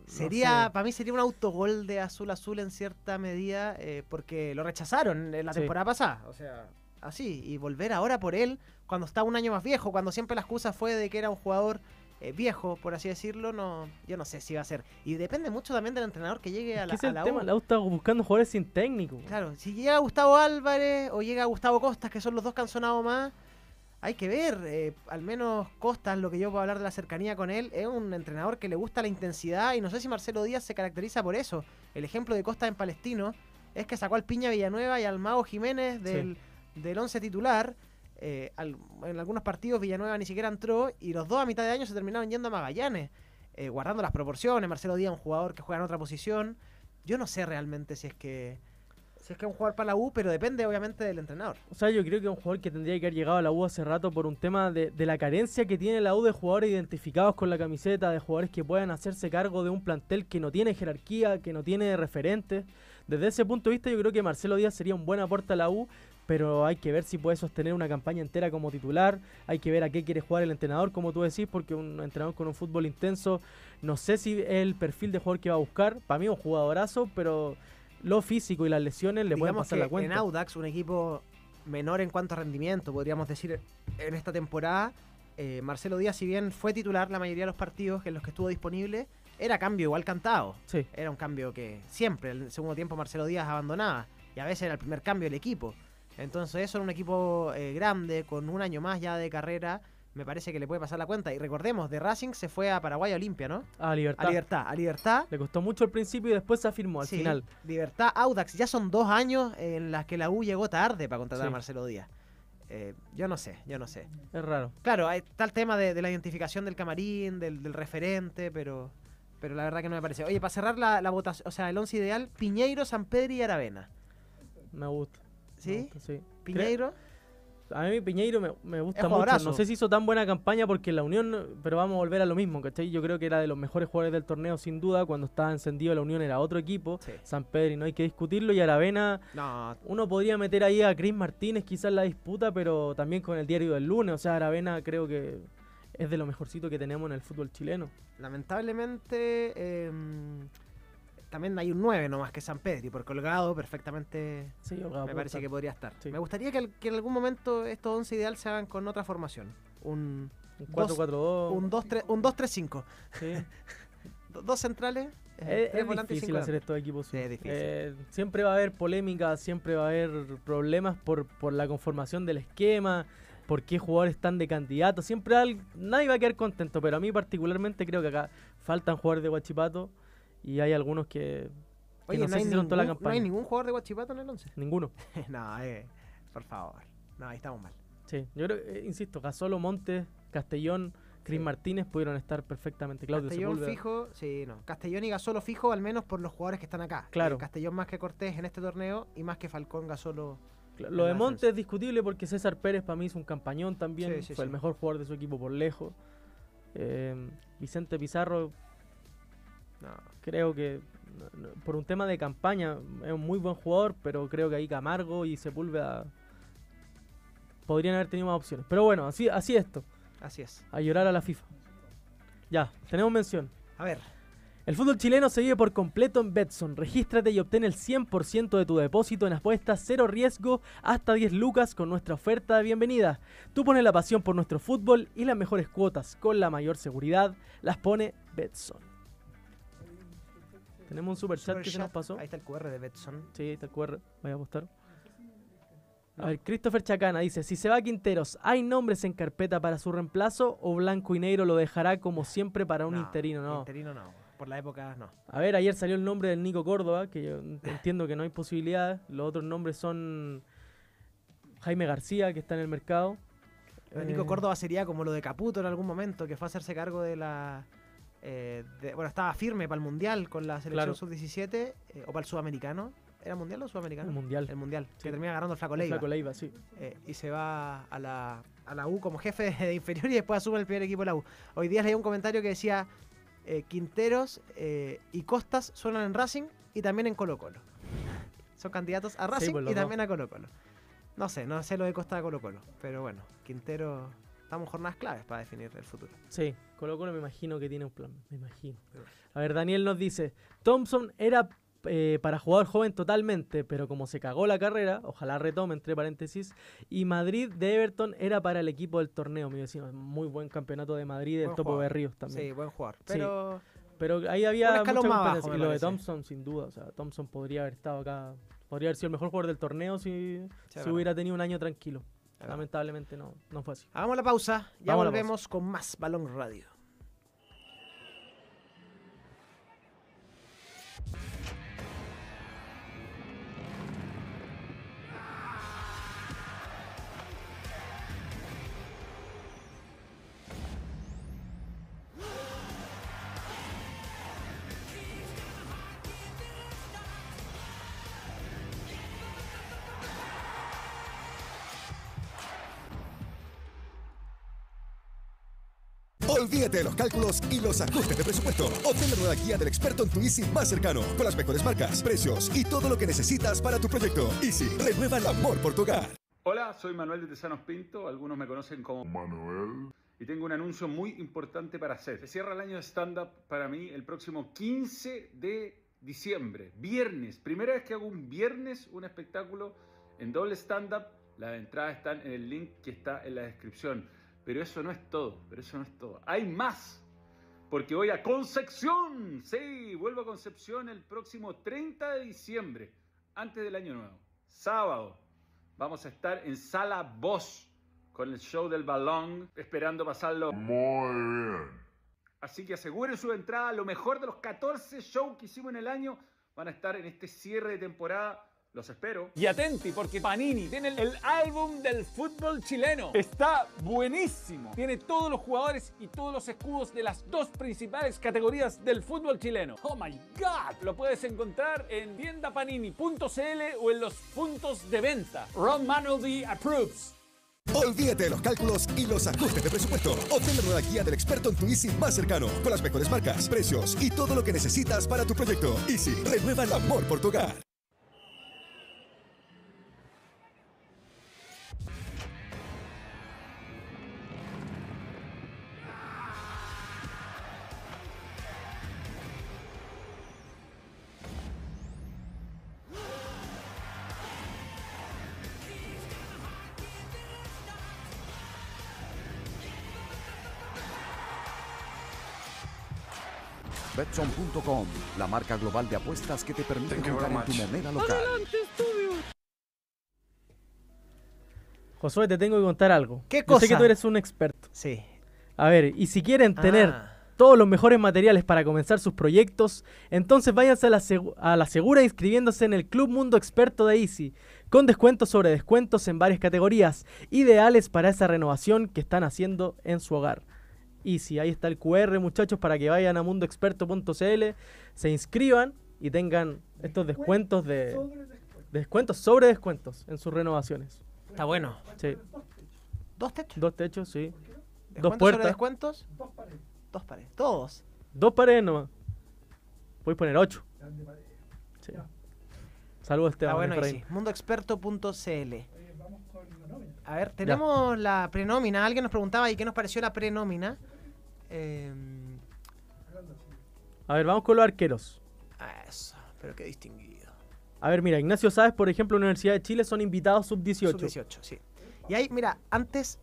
[SPEAKER 6] Sería,
[SPEAKER 7] sé.
[SPEAKER 6] para mí sería un autogol de azul azul en cierta medida, eh, porque lo rechazaron en la
[SPEAKER 7] Sí.
[SPEAKER 6] temporada pasada. O sea, así. Y volver ahora por él, cuando está un año más viejo, cuando siempre la excusa fue de que era un jugador eh, viejo, por así decirlo, no, yo no sé si va a ser. Y depende mucho también del entrenador que llegue a
[SPEAKER 7] Es
[SPEAKER 6] la,
[SPEAKER 7] que ese
[SPEAKER 6] a
[SPEAKER 7] es
[SPEAKER 6] la
[SPEAKER 7] el
[SPEAKER 6] U.
[SPEAKER 7] tema. La U está buscando jugadores sin técnico.
[SPEAKER 6] Claro, si llega Gustavo Álvarez o llega Gustavo Costas, que son los dos que han sonado más, hay que ver. eh, al menos Costas, lo que yo puedo hablar de la cercanía con él, es un entrenador que le gusta la intensidad y no sé si Marcelo Díaz se caracteriza por eso. El ejemplo de Costas en Palestino es que sacó al Piña Villanueva y al Mago Jiménez del, del once titular. eh, al- en algunos partidos Villanueva ni siquiera entró y los dos a mitad de año se terminaron yendo a Magallanes, eh, guardando las proporciones. Marcelo Díaz, un jugador que juega en otra posición. Yo no sé realmente si es que si es que es un jugador para la U, pero depende obviamente del entrenador.
[SPEAKER 7] O sea, yo creo que es un jugador que tendría que haber llegado a la U hace rato por un tema de, de la carencia que tiene la U de jugadores identificados con la camiseta, de jugadores que puedan hacerse cargo de un plantel que no tiene jerarquía, que no tiene referentes. Desde ese punto de vista, yo creo que Marcelo Díaz sería un buen aporte a la U, pero hay que ver si puede sostener una campaña entera como titular. Hay que ver a qué quiere jugar el entrenador, como tú decís, porque un entrenador con un fútbol intenso, no sé si es el perfil de jugador que va a buscar. Para mí, es un jugadorazo, pero lo físico y las lesiones le pueden
[SPEAKER 6] Digamos
[SPEAKER 7] pasar
[SPEAKER 6] que
[SPEAKER 7] la cuenta.
[SPEAKER 6] en Audax, un equipo menor en cuanto a rendimiento, podríamos decir, en esta temporada, eh, Marcelo Díaz, si bien fue titular la mayoría de los partidos en los que estuvo disponible, era cambio igual cantado.
[SPEAKER 7] Sí.
[SPEAKER 6] Era un cambio que siempre, en el segundo tiempo, Marcelo Díaz abandonaba. Y a veces era el primer cambio del equipo. Entonces, eso en un equipo eh, grande, con un año más ya de carrera, me parece que le puede pasar la cuenta. Y recordemos, de Racing se fue a Paraguay a Olimpia, ¿no?
[SPEAKER 7] Ah, libertad.
[SPEAKER 6] A Libertad. A Libertad.
[SPEAKER 7] Le costó mucho al principio y después se afirmó al
[SPEAKER 6] Sí,
[SPEAKER 7] final.
[SPEAKER 6] Libertad, Audax, ya son dos años en las que la U llegó tarde para contratar a
[SPEAKER 7] Sí.
[SPEAKER 6] Marcelo Díaz. Eh, yo no sé, yo no sé.
[SPEAKER 7] Es raro.
[SPEAKER 6] Claro, hay- está el tema de, de la identificación del camarín, del, del referente, pero, pero la verdad que no me parece. Oye, para cerrar la, la votación, o sea, el once ideal, Piñeiro, San Pedro y Aravena.
[SPEAKER 7] Me gusta. me
[SPEAKER 6] ¿Sí?
[SPEAKER 7] gusta, sí.
[SPEAKER 6] Piñeiro,
[SPEAKER 7] A mí Piñeiro me, me gusta mucho.
[SPEAKER 6] jugadorazo.
[SPEAKER 7] No sé si hizo tan buena campaña porque en la Unión, pero vamos a volver a lo mismo, ¿cachai? Yo creo que era de los mejores jugadores del torneo, sin duda. Cuando estaba encendido la Unión era otro equipo.
[SPEAKER 6] Sí.
[SPEAKER 7] San Pedro y no hay que discutirlo. Y Aravena,
[SPEAKER 6] no,
[SPEAKER 7] uno podría meter ahí a Chris Martínez quizás en la disputa, pero también con el diario del lunes. O sea, Aravena creo que es de lo mejorcito que tenemos en el fútbol chileno.
[SPEAKER 6] lamentablemente em, también hay un 9 nomás que San Pedro, y por colgado perfectamente
[SPEAKER 7] Sí, Holgado
[SPEAKER 6] Me parece
[SPEAKER 7] Punta.
[SPEAKER 6] que podría estar.
[SPEAKER 7] Sí.
[SPEAKER 6] Me gustaría que, al- que en algún momento estos 11 ideal se hagan con otra formación. Un,
[SPEAKER 7] Un 4-4-2.
[SPEAKER 6] un 2-3-5. Un 2-3-5.
[SPEAKER 7] sí.
[SPEAKER 6] Do- dos centrales, eh,
[SPEAKER 7] Es,
[SPEAKER 6] tres
[SPEAKER 7] es
[SPEAKER 6] volantes y
[SPEAKER 7] difícil
[SPEAKER 6] cinco
[SPEAKER 7] hacer
[SPEAKER 6] delanteros.
[SPEAKER 7] estos equipos.
[SPEAKER 6] Sí, es difícil.
[SPEAKER 7] Eh, siempre va a haber polémica, siempre va a haber problemas por, por la conformación del esquema, por qué jugadores están de candidato. Siempre al- nadie va a quedar contento, pero a mí particularmente creo que acá faltan jugadores de Guachipato y hay algunos que, que
[SPEAKER 6] Oye,
[SPEAKER 7] no,
[SPEAKER 6] no,
[SPEAKER 7] se
[SPEAKER 6] hay
[SPEAKER 7] hicieron
[SPEAKER 6] ningún,
[SPEAKER 7] toda la
[SPEAKER 6] no
[SPEAKER 7] campaña.
[SPEAKER 6] hay ningún jugador de Guachipato en el 11.
[SPEAKER 7] Ninguno.
[SPEAKER 6] <laughs> no, eh, por favor. No, ahí estamos mal.
[SPEAKER 7] Sí, yo creo, eh, insisto, Casolo, Montes, Castellón, Cris
[SPEAKER 6] Sí.
[SPEAKER 7] Martínez pudieron estar perfectamente. Claudio
[SPEAKER 6] Castellón
[SPEAKER 7] Sepúlveda.
[SPEAKER 6] fijo, sí, no. Castellón y Gasolo fijo, al menos por los jugadores que están acá.
[SPEAKER 7] Claro.
[SPEAKER 6] Eh, Castellón más que Cortés en este torneo y más que Falcón Gasolo.
[SPEAKER 7] Cla-
[SPEAKER 6] en la
[SPEAKER 7] Lo de
[SPEAKER 6] defensa.
[SPEAKER 7] Montes es discutible porque César Pérez para mí hizo un campañón también.
[SPEAKER 6] Sí, sí,
[SPEAKER 7] fue el
[SPEAKER 6] sí.
[SPEAKER 7] mejor jugador de su equipo por lejos. Eh, Vicente Pizarro
[SPEAKER 6] No.
[SPEAKER 7] creo que no- no- por un tema de campaña es un muy buen jugador, pero creo que ahí Camargo y Sepúlveda podrían haber tenido más opciones. Pero bueno, así, así esto.
[SPEAKER 6] Así es.
[SPEAKER 7] A llorar a la FIFA. Ya, tenemos mención.
[SPEAKER 6] A ver,
[SPEAKER 7] El fútbol chileno se vive por completo en Betson. Regístrate y obtén el 100% de tu depósito en apuestas cero riesgo hasta 10 lucas con nuestra oferta de bienvenida. Tú pones la pasión por nuestro fútbol y las mejores cuotas con la mayor seguridad las pone Betson. Tenemos un super chat que se nos
[SPEAKER 6] Superchat.
[SPEAKER 7] pasó.
[SPEAKER 6] Ahí está el QR de Betson.
[SPEAKER 7] Sí, ahí está el QR. Voy a apostar. A ver, Christopher Chacana dice, si se va Quinteros, ¿hay nombres en carpeta para su reemplazo o Blanco y Negro lo dejará como siempre para un
[SPEAKER 6] No,
[SPEAKER 7] interino? No.
[SPEAKER 6] Interino no. Por la época no.
[SPEAKER 7] A ver, ayer salió el nombre del Nico Córdoba, que yo entiendo que no hay posibilidades. Los otros nombres son Jaime García, que está en el mercado.
[SPEAKER 6] Lo de Nico
[SPEAKER 7] Eh,
[SPEAKER 6] Córdoba sería como lo de Caputo en algún momento, que fue a hacerse cargo de la. eh, de- bueno, estaba firme para el mundial con la selección
[SPEAKER 7] Claro.
[SPEAKER 6] sub-17 eh, o para el sudamericano. ¿Era mundial o sudamericano?
[SPEAKER 7] El Mundial.
[SPEAKER 6] El mundial.
[SPEAKER 7] Sí.
[SPEAKER 6] Que termina ganando el Flaco
[SPEAKER 7] Flaco
[SPEAKER 6] Leiva.
[SPEAKER 7] Leiva, sí.
[SPEAKER 6] eh, y se va a <laughs> la, a la U como jefe de inferior y después asume el primer equipo de la U. Hoy día leí un comentario que decía. eh, Quinteros eh, y Costas suenan en Racing y también en Colo Colo. Son candidatos a Racing
[SPEAKER 7] pues, los
[SPEAKER 6] y
[SPEAKER 7] dos.
[SPEAKER 6] también a Colo Colo. No sé, no sé lo de Costa de Colo Colo, pero bueno, Quintero, estamos en jornadas claves para definir el futuro.
[SPEAKER 7] Sí, Colo Colo me imagino que tiene un plan, me imagino. A ver, Daniel nos dice, Thompson era eh, para jugador joven totalmente, pero como se cagó la carrera, ojalá retome, entre paréntesis, y Madrid de Everton era para el equipo del torneo, mi vecino. Muy buen campeonato de Madrid, del
[SPEAKER 6] Buen
[SPEAKER 7] Topo
[SPEAKER 6] jugador.
[SPEAKER 7] de Ríos también.
[SPEAKER 6] Sí, buen jugador. Pero
[SPEAKER 7] Pero ahí
[SPEAKER 6] Un
[SPEAKER 7] había mucha
[SPEAKER 6] escalón más
[SPEAKER 7] competencia.
[SPEAKER 6] abajo, me
[SPEAKER 7] y lo de
[SPEAKER 6] parece.
[SPEAKER 7] Thompson, sin duda. O sea, Thompson podría haber estado acá. Podría haber sido el mejor jugador del torneo si,
[SPEAKER 6] es
[SPEAKER 7] si
[SPEAKER 6] verdad.
[SPEAKER 7] hubiera tenido un año tranquilo.
[SPEAKER 6] verdad.
[SPEAKER 7] Lamentablemente no, no fue así.
[SPEAKER 6] hagamos la pausa, ya
[SPEAKER 7] Vamos a la
[SPEAKER 6] volvemos con más Balón Radio.
[SPEAKER 10] Olvídate de los cálculos y los ajustes de presupuesto. Obtén la nueva guía del experto en tu Easy más cercano, con las mejores marcas, precios y todo lo que necesitas para tu proyecto. Easy, renueva el amor por tu hogar.
[SPEAKER 11] Hola, soy Manuel de Tesanos Pinto, algunos me conocen como Manuel. Y tengo un anuncio muy importante para hacer. Se cierra el año de stand-up para mí el próximo 15 de diciembre, viernes. Primera vez que hago un viernes un espectáculo en doble stand-up. Las entradas están en el link que está en la descripción. Pero eso no es todo, pero eso no es todo. Hay más porque voy a Concepción. Sí, vuelvo a Concepción el próximo 30 de diciembre, antes del año nuevo. Sábado. Vamos a estar en Sala Voz con el show del balón, esperando pasarlo muy bien. Así que aseguren su entrada. Lo mejor de los 14 shows que hicimos en el año van a estar en este cierre de temporada. Los espero.
[SPEAKER 2] Y atenti, porque Panini tiene el, el álbum del fútbol chileno. Está buenísimo. Tiene todos los jugadores y todos los escudos de las dos principales categorías del fútbol chileno. ¡Oh my God! Lo puedes encontrar en tiendapanini.cl o en los puntos de venta. Ron Manueldy approves.
[SPEAKER 10] Olvídate de los cálculos y los ajustes de presupuesto. Obtén la nueva guía del experto en tu Easy más cercano, con las mejores marcas, precios y todo lo que necesitas para tu proyecto. Easy, renueva el amor por tu hogar.
[SPEAKER 12] Betson.com, la marca global de apuestas que te permite
[SPEAKER 7] Thank you
[SPEAKER 12] jugar
[SPEAKER 7] very
[SPEAKER 12] en tu
[SPEAKER 7] much.
[SPEAKER 12] moneda local.
[SPEAKER 7] Josué, te tengo que contar algo.
[SPEAKER 6] ¿Qué
[SPEAKER 7] Yo sé que
[SPEAKER 6] cosa?
[SPEAKER 7] tú eres un experto.
[SPEAKER 6] Sí.
[SPEAKER 7] A ver, y si quieren tener
[SPEAKER 6] Ah.
[SPEAKER 7] todos los mejores materiales para comenzar sus proyectos, entonces váyanse a la, segu- a la segura inscribiéndose en el Club Mundo Experto de Easy, con descuentos sobre descuentos en varias categorías, ideales para esa renovación que están haciendo en su hogar. Easy, ahí está el QR, muchachos, para que vayan a mundoexperto.cl, se inscriban y tengan estos descuentos de... Descuentos sobre descuentos en sus renovaciones.
[SPEAKER 6] Está bueno.
[SPEAKER 7] Sí.
[SPEAKER 6] ¿Dos techos?
[SPEAKER 7] Dos techos, sí. Dos
[SPEAKER 6] ¿Descuentos sobre
[SPEAKER 7] puertas.
[SPEAKER 6] descuentos? Dos pares. Dos pares. Todos.
[SPEAKER 7] Dos paredes nomás. Voy a poner ocho. Sí. Saludos,
[SPEAKER 6] Está
[SPEAKER 7] Esteban.
[SPEAKER 6] Ah, bueno, y
[SPEAKER 7] Efraín.
[SPEAKER 6] sí. Mundoexperto.cl. A ver, tenemos la prenómina. Alguien nos preguntaba y qué nos pareció la prenómina. Eh,
[SPEAKER 7] A ver, vamos con los arqueros.
[SPEAKER 6] ah, eso, pero qué distinguido.
[SPEAKER 7] A ver, mira, Ignacio Sáez, por ejemplo, Universidad de Chile, son invitados sub-18.
[SPEAKER 6] Sub-18, sí. Y ahí, mira, antes.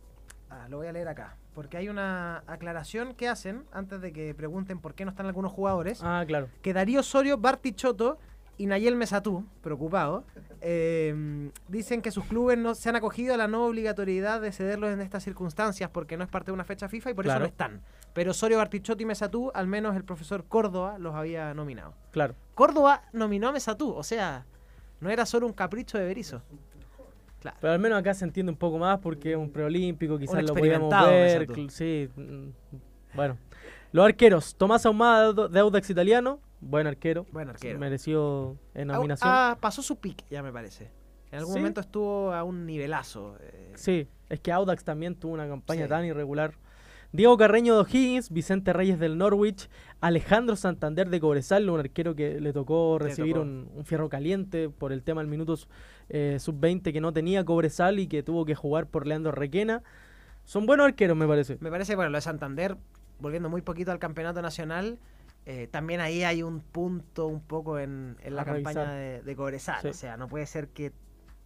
[SPEAKER 6] ah, lo voy a leer acá. Porque hay una aclaración que hacen antes de que pregunten por qué no están algunos jugadores.
[SPEAKER 7] Ah, claro.
[SPEAKER 6] que Darío Osorio, Bartichotto y Nayel Mesatú, preocupado, eh, dicen que sus clubes no se han acogido a la no obligatoriedad de cederlos en estas circunstancias porque no es parte de una fecha FIFA y por eso
[SPEAKER 7] Claro.
[SPEAKER 6] no están. Pero Osorio, Bartichotto y Mesatú, al menos el profesor Córdoba los había nominado.
[SPEAKER 7] Claro.
[SPEAKER 6] Córdoba nominó a Mesatú, o sea, no era solo un capricho de Berizzo.
[SPEAKER 7] Pero al menos acá se entiende un poco más porque es un preolímpico, quizás lo podíamos
[SPEAKER 6] experimentado,
[SPEAKER 7] ver.
[SPEAKER 6] Mesatú.
[SPEAKER 7] cl- Sí. mm, Bueno. Los arqueros. Tomás Ahumada de Aud- de Audax Italiano. Buen arquero.
[SPEAKER 6] Buen arquero.
[SPEAKER 7] Mereció en nominación.
[SPEAKER 6] Ah, ah, pasó su pick, ya me parece. En algún
[SPEAKER 7] Sí.
[SPEAKER 6] momento estuvo a un nivelazo. eh,
[SPEAKER 7] Sí, es que Audax también tuvo una campaña
[SPEAKER 6] Sí.
[SPEAKER 7] tan irregular. Diego Carreño de O'Higgins, Vicente Reyes del Norwich, Alejandro Santander de Cobresal, un arquero que le tocó recibir
[SPEAKER 13] tocó.
[SPEAKER 7] Un, un fierro caliente por el tema del minuto eh, sub-20 que no tenía Cobresal y que tuvo que jugar por Leandro Requena. Son buenos arqueros, me parece.
[SPEAKER 6] Me parece, bueno, lo de Santander, volviendo muy poquito al campeonato nacional, eh, también ahí hay un punto un poco en, en la
[SPEAKER 7] A
[SPEAKER 6] campaña
[SPEAKER 7] revisar.
[SPEAKER 6] de, de Cobresal.
[SPEAKER 7] Sí.
[SPEAKER 6] O sea, no puede ser que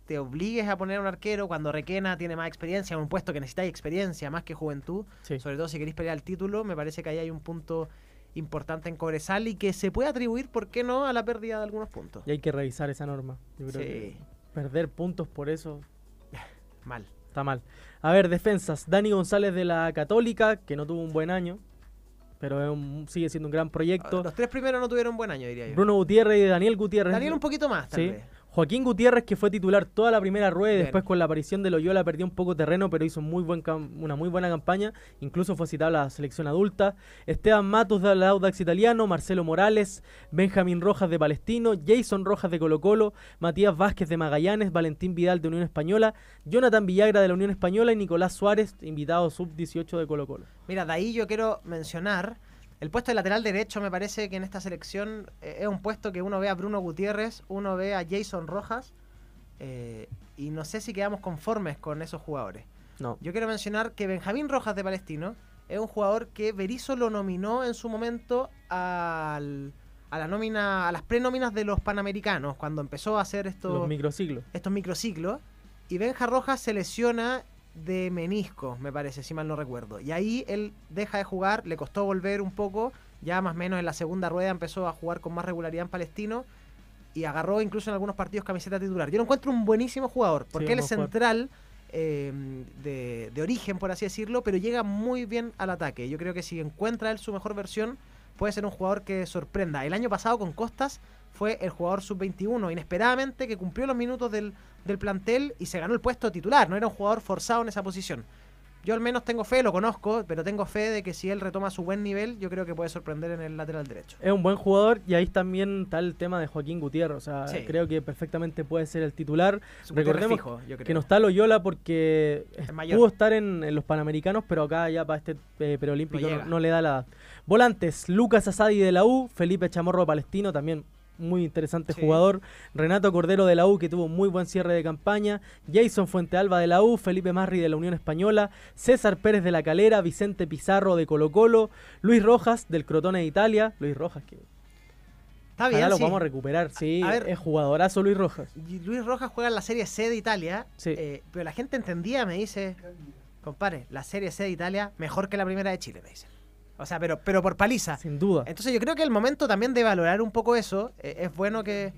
[SPEAKER 6] te obligues a poner un arquero cuando Requena tiene más experiencia, un puesto que necesitáis experiencia más que juventud. Sobre todo si queréis pelear el título, me parece que ahí hay un punto importante en Cobresal y que se puede atribuir, ¿por qué no?, a la pérdida de algunos puntos.
[SPEAKER 7] Y hay que revisar esa norma. Yo creo
[SPEAKER 6] Sí.
[SPEAKER 7] que perder puntos por eso.
[SPEAKER 6] Mal.
[SPEAKER 7] Está mal. A ver, defensas. Dani González de la Católica, que no tuvo un buen año, pero es un- sigue siendo un gran proyecto.
[SPEAKER 6] Los tres primeros no tuvieron buen año, diría yo.
[SPEAKER 7] Bruno Gutiérrez y Daniel Gutiérrez.
[SPEAKER 6] Daniel un poquito más, tal
[SPEAKER 7] Sí.
[SPEAKER 6] vez.
[SPEAKER 7] Joaquín Gutiérrez, que fue titular toda la primera rueda y
[SPEAKER 6] Bien.
[SPEAKER 7] después con la aparición de Loyola perdió un poco terreno, pero hizo muy buen cam- una muy buena campaña. Incluso fue citado a la selección adulta. Esteban Matos del Audax italiano, Marcelo Morales, Benjamín Rojas de Palestino, Jason Rojas de Colo Colo, Matías Vázquez de Magallanes, Valentín Vidal de Unión Española, Jonathan Villagra de la Unión Española y Nicolás Suárez, invitado sub-18 de Colo Colo.
[SPEAKER 6] Mira, de ahí yo quiero mencionar el puesto de lateral derecho. Me parece que en esta selección eh, es un puesto que uno ve a Bruno Gutiérrez, uno ve a Jason Rojas. eh, y no sé si quedamos conformes con esos jugadores.
[SPEAKER 7] No.
[SPEAKER 6] Yo quiero mencionar que Benjamín Rojas de Palestino es un jugador que Berizzo lo nominó en su momento al- a la nómina, a las prenóminas de los panamericanos, cuando empezó a hacer estos
[SPEAKER 7] Los microciclos.
[SPEAKER 6] estos microciclos. Y Benja Rojas se lesiona de menisco, me parece, si mal no recuerdo. Y ahí él deja de jugar, le costó volver un poco. Ya más o menos en la segunda rueda empezó a jugar con más regularidad en Palestino. Y agarró incluso en algunos partidos camiseta titular. Yo lo encuentro un buenísimo jugador, porque él es
[SPEAKER 7] buen jugador.
[SPEAKER 6] central eh, de, de origen, por así decirlo, pero llega muy bien al ataque. Yo creo que si encuentra él su mejor versión, puede ser un jugador que sorprenda. El año pasado con Costas fue el jugador sub-21, inesperadamente, que cumplió los minutos del, del plantel y se ganó el puesto titular. No era un jugador forzado en esa posición. Yo al menos tengo fe, lo conozco, pero tengo fe de que si él retoma su buen nivel, yo creo que puede sorprender en el lateral derecho.
[SPEAKER 7] Es un buen jugador y ahí también está el tema de Joaquín Gutiérrez. O sea,
[SPEAKER 6] Sí.
[SPEAKER 7] creo que perfectamente puede ser el titular.
[SPEAKER 6] Es un
[SPEAKER 7] Recordemos
[SPEAKER 6] Gutiérrez fijo, yo creo.
[SPEAKER 7] que no está Loyola porque
[SPEAKER 6] mayor.
[SPEAKER 7] pudo estar en, en los Panamericanos, pero acá ya para este eh, preolímpico
[SPEAKER 6] No
[SPEAKER 7] no,
[SPEAKER 6] llega.
[SPEAKER 7] no le da la edad. Volantes, Lucas Asadi de la U, Felipe Chamorro de Palestino, también muy interesante
[SPEAKER 6] Sí.
[SPEAKER 7] jugador. Renato Cordero de la U, que tuvo muy buen cierre de campaña. Jason Fuentealba de la U, Felipe Marri de la Unión Española, César Pérez de la Calera, Vicente Pizarro de Colo Colo, Luis Rojas del Crotone de Italia. Luis Rojas, que
[SPEAKER 6] Está
[SPEAKER 7] Ojalá
[SPEAKER 6] Ah, bien,
[SPEAKER 7] lo
[SPEAKER 6] sí.
[SPEAKER 7] vamos a recuperar, sí.
[SPEAKER 6] a ver.
[SPEAKER 7] es jugadorazo Luis Rojas.
[SPEAKER 6] Y Luis Rojas juega en la Serie C de Italia,
[SPEAKER 7] Sí.
[SPEAKER 6] eh, pero la gente entendía, me dice, compadre, la Serie C de Italia mejor que la primera de Chile, me dicen. O sea, pero, pero por paliza.
[SPEAKER 7] Sin duda.
[SPEAKER 6] Entonces yo creo que el momento también de valorar un poco eso, eh, es bueno que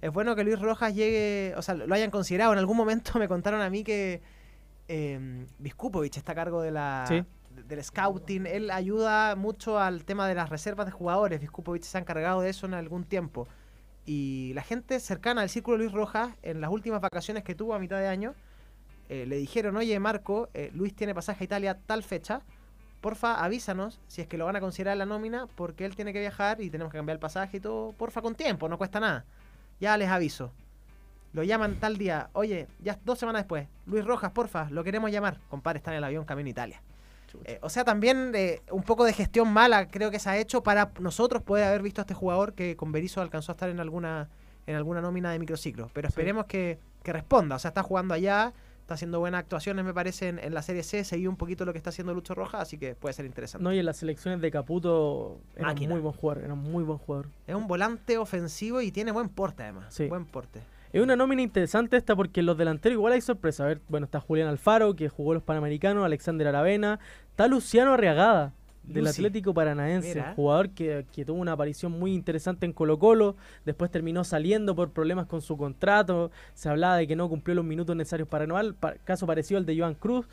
[SPEAKER 6] es bueno que Luis Rojas llegue, o sea, lo hayan considerado. En algún momento <laughs> me contaron a mí que eh, Viskupovic está a cargo de la
[SPEAKER 7] Sí.
[SPEAKER 6] de- del scouting, él ayuda mucho al tema de las reservas de jugadores. Viskupovic se ha encargado de eso en algún tiempo. Y la gente cercana al círculo Luis Rojas, en las últimas vacaciones que tuvo a mitad de año, eh, le dijeron, oye Marco, eh, Luis tiene pasaje a Italia tal fecha, porfa avísanos si es que lo van a considerar en la nómina, porque él tiene que viajar y tenemos que cambiar el pasaje y todo, porfa con tiempo, no cuesta nada. Ya les aviso. Lo llaman tal día, oye, ya dos semanas después, Luis Rojas, porfa, lo queremos llamar. Compadre, está en el avión camino a Italia. Eh, o sea, también eh, un poco de gestión mala creo que se ha hecho para nosotros poder haber visto a este jugador que con Berizzo alcanzó a estar en alguna, en alguna nómina de microciclo. Pero esperemos que, que responda. O sea, está jugando allá, está haciendo buenas actuaciones, me parece, en, en la Serie C. Seguí un poquito lo que está haciendo Lucho Roja, así que puede ser interesante.
[SPEAKER 7] No, y en las selecciones de Caputo era un
[SPEAKER 6] Máquina.
[SPEAKER 7] muy buen jugador, era un muy buen jugador.
[SPEAKER 6] Es un volante ofensivo y tiene buen porte, además.
[SPEAKER 7] Sí.
[SPEAKER 6] Buen porte.
[SPEAKER 7] Es una nómina interesante esta porque en los delanteros igual hay sorpresa. A ver, bueno, está Julián Alfaro, que jugó los Panamericanos, Alexander Aravena, está Luciano Arriagada, del
[SPEAKER 6] Lucy.
[SPEAKER 7] Atlético Paranaense,
[SPEAKER 6] Mira.
[SPEAKER 7] un jugador que, que tuvo una aparición muy interesante en Colo Colo, después terminó saliendo por problemas con su contrato, se hablaba de que no cumplió los minutos necesarios para renovar, pa- caso parecido al de Joan Cruz.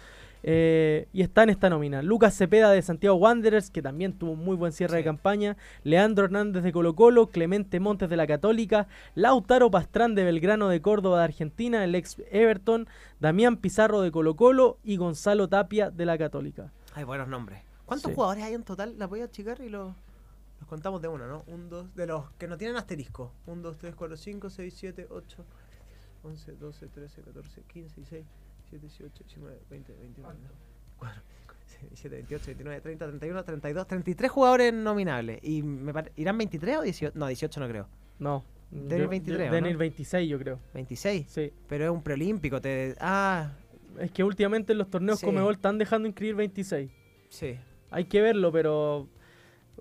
[SPEAKER 7] eh, y está en esta nómina. Lucas Cepeda de Santiago Wanderers, que también tuvo un muy buen cierre de campaña. Leandro Hernández de Colo Colo, Clemente Montes de la Católica, Lautaro Pastrán de Belgrano de Córdoba de Argentina, el ex Everton, Damián Pizarro de Colo Colo y Gonzalo Tapia de la Católica.
[SPEAKER 6] Hay buenos nombres. ¿Cuántos
[SPEAKER 7] Sí.
[SPEAKER 6] jugadores hay en total? La voy a achicar y los, los contamos de uno, ¿no? Un, dos, de los que no tienen asterisco. 1, 2, 3, 4, 5, 6, 7, 8, 11, 12, 13, 14, 15, 16, 17, 18, 19, 20, 21, 24, 25, 26, 27, 28, 29, 30, 31, 32, 33 jugadores nominables. Y me pare- ¿Irán 23 o 18? No, 18 no creo.
[SPEAKER 7] No.
[SPEAKER 6] Deben ir 23. ¿o
[SPEAKER 7] Deben
[SPEAKER 6] no?
[SPEAKER 7] ir 26, yo creo.
[SPEAKER 6] ¿26?
[SPEAKER 7] Sí.
[SPEAKER 6] Pero es un preolímpico. Te... Ah,
[SPEAKER 7] Es que últimamente en los torneos
[SPEAKER 6] Sí.
[SPEAKER 7] Comebol están dejando inscribir 26.
[SPEAKER 6] Sí.
[SPEAKER 7] Hay que verlo, pero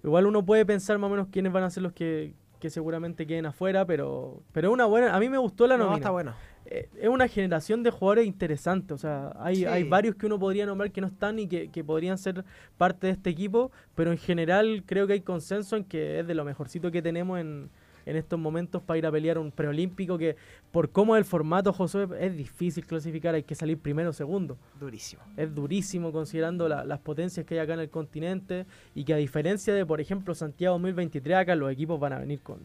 [SPEAKER 7] igual uno puede pensar más o menos quiénes van a ser los que, que seguramente queden afuera, pero pero es una buena, a mí me gustó la
[SPEAKER 6] No,
[SPEAKER 7] nómina.
[SPEAKER 6] está bueno.
[SPEAKER 7] Eh, es una generación de jugadores interesantes, o sea, hay,
[SPEAKER 6] Sí.
[SPEAKER 7] hay varios que uno podría nombrar que no están y que, que podrían ser parte de este equipo, pero en general creo que hay consenso en que es de lo mejorcito que tenemos en, en estos momentos para ir a pelear un preolímpico que por cómo es el formato, José, es difícil clasificar, hay que salir primero o segundo.
[SPEAKER 6] durísimo.
[SPEAKER 7] Es durísimo considerando la- las potencias que hay acá en el continente y que a diferencia de, por ejemplo, Santiago 2023, acá los equipos van a venir con,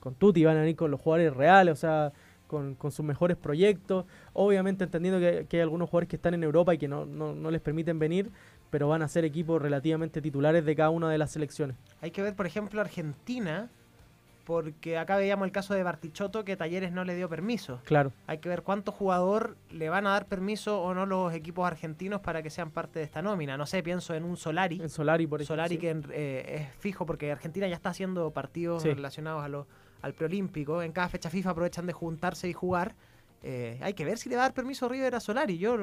[SPEAKER 7] con Tuti, van a venir con los jugadores reales, o sea, con, con sus mejores proyectos. Obviamente entendiendo que, que hay algunos jugadores que están en Europa y que no, no- no les permiten venir, pero van a ser equipos relativamente titulares de cada una de las selecciones.
[SPEAKER 6] Hay que ver, por ejemplo, Argentina, porque acá veíamos el caso de Bartichotto que Talleres no le dio permiso.
[SPEAKER 7] Claro.
[SPEAKER 6] Hay que ver cuánto jugador le van a dar permiso o no los equipos argentinos para que sean parte de esta nómina. No sé, pienso en un Solari. En
[SPEAKER 7] Solari, por ejemplo,
[SPEAKER 6] Solari
[SPEAKER 7] sí.
[SPEAKER 6] que en- eh, es fijo porque Argentina ya está haciendo partidos
[SPEAKER 7] Sí.
[SPEAKER 6] relacionados a lo- al preolímpico. En cada fecha FIFA aprovechan de juntarse y jugar. Eh, hay que ver si le va a dar permiso River a Solari. Yo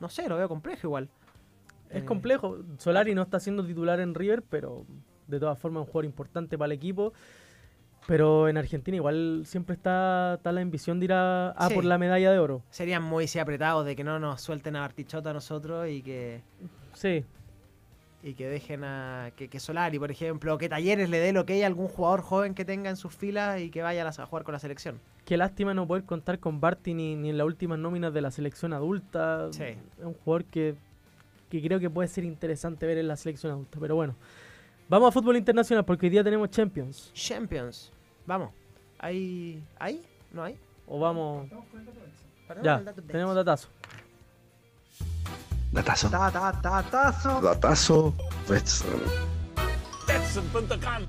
[SPEAKER 6] no sé, lo veo complejo igual.
[SPEAKER 7] Es
[SPEAKER 6] Eh,
[SPEAKER 7] complejo. Solari no está siendo titular en River, pero de todas formas un jugador importante para el equipo. Pero en Argentina igual siempre está, está la ambición de ir a, a
[SPEAKER 6] Sí.
[SPEAKER 7] por la medalla de oro.
[SPEAKER 6] Serían muy sí, apretados de que no nos suelten a Bartichotto a nosotros y que...
[SPEAKER 7] Sí.
[SPEAKER 6] Y que dejen a... Que, que Solari, por ejemplo, o que Talleres le dé lo que hay a algún jugador joven que tenga en sus filas y que vaya a las- a jugar con la selección.
[SPEAKER 7] Qué lástima no poder contar con Barty ni, ni en las últimas nóminas de la selección adulta.
[SPEAKER 6] Sí.
[SPEAKER 7] Es un jugador que, que creo que puede ser interesante ver en la selección adulta. Pero bueno, vamos a fútbol internacional porque hoy día tenemos Champions.
[SPEAKER 6] Champions. Vamos. ¿Hay... ¿Hay? ¿No hay?
[SPEAKER 7] O vamos...
[SPEAKER 6] Paramos
[SPEAKER 7] Ya,
[SPEAKER 6] al dato de-
[SPEAKER 7] tenemos datazo.
[SPEAKER 12] Datazo.
[SPEAKER 6] Ta, ta, ta, tazo.
[SPEAKER 12] Datazo.
[SPEAKER 2] Betson.com.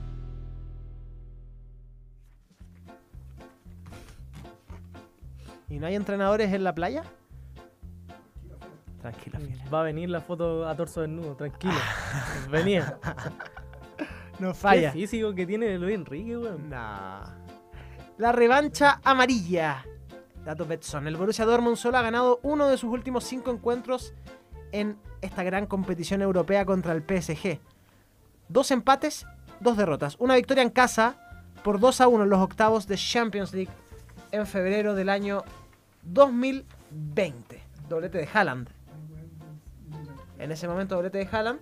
[SPEAKER 6] ¿Y no hay entrenadores en la playa? Tranquila,
[SPEAKER 7] Va a venir la foto a torso desnudo,
[SPEAKER 6] <laughs>
[SPEAKER 7] tranquilo. Venía.
[SPEAKER 6] No falla.
[SPEAKER 7] Qué físico que tiene Luis Enrique, weón.
[SPEAKER 6] Nah. La revancha amarilla. Datos Betson. El Borussia Dortmund solo ha ganado uno de sus últimos cinco encuentros en esta gran competición europea contra el PSG. Dos empates, dos derrotas. Una victoria en casa por 2 a 1 en los octavos de Champions League en febrero del año 2020. Doblete de Haaland. En ese momento, doblete de Haaland.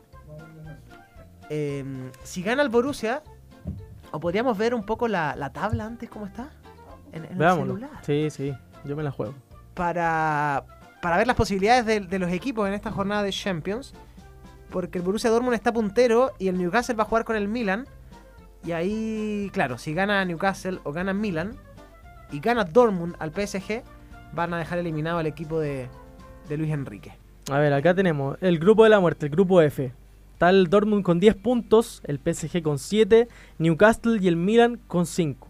[SPEAKER 6] Eh, si gana el Borussia, o podríamos ver un poco la, la tabla antes, ¿cómo está? En, en el
[SPEAKER 7] Veámoslo.
[SPEAKER 6] celular.
[SPEAKER 7] Sí, sí, yo me la juego.
[SPEAKER 6] Para, para ver las posibilidades de, de los equipos en esta jornada de Champions. Porque el Borussia Dortmund está puntero y el Newcastle va a jugar con el Milan. Y ahí, claro, si gana Newcastle o gana Milan y gana Dortmund al PSG, van a dejar eliminado al equipo de, de Luis Enrique.
[SPEAKER 7] A ver, acá tenemos el grupo de la muerte, el grupo F. Está el Dortmund con 10 puntos, el PSG con 7, Newcastle y el Milan con 5.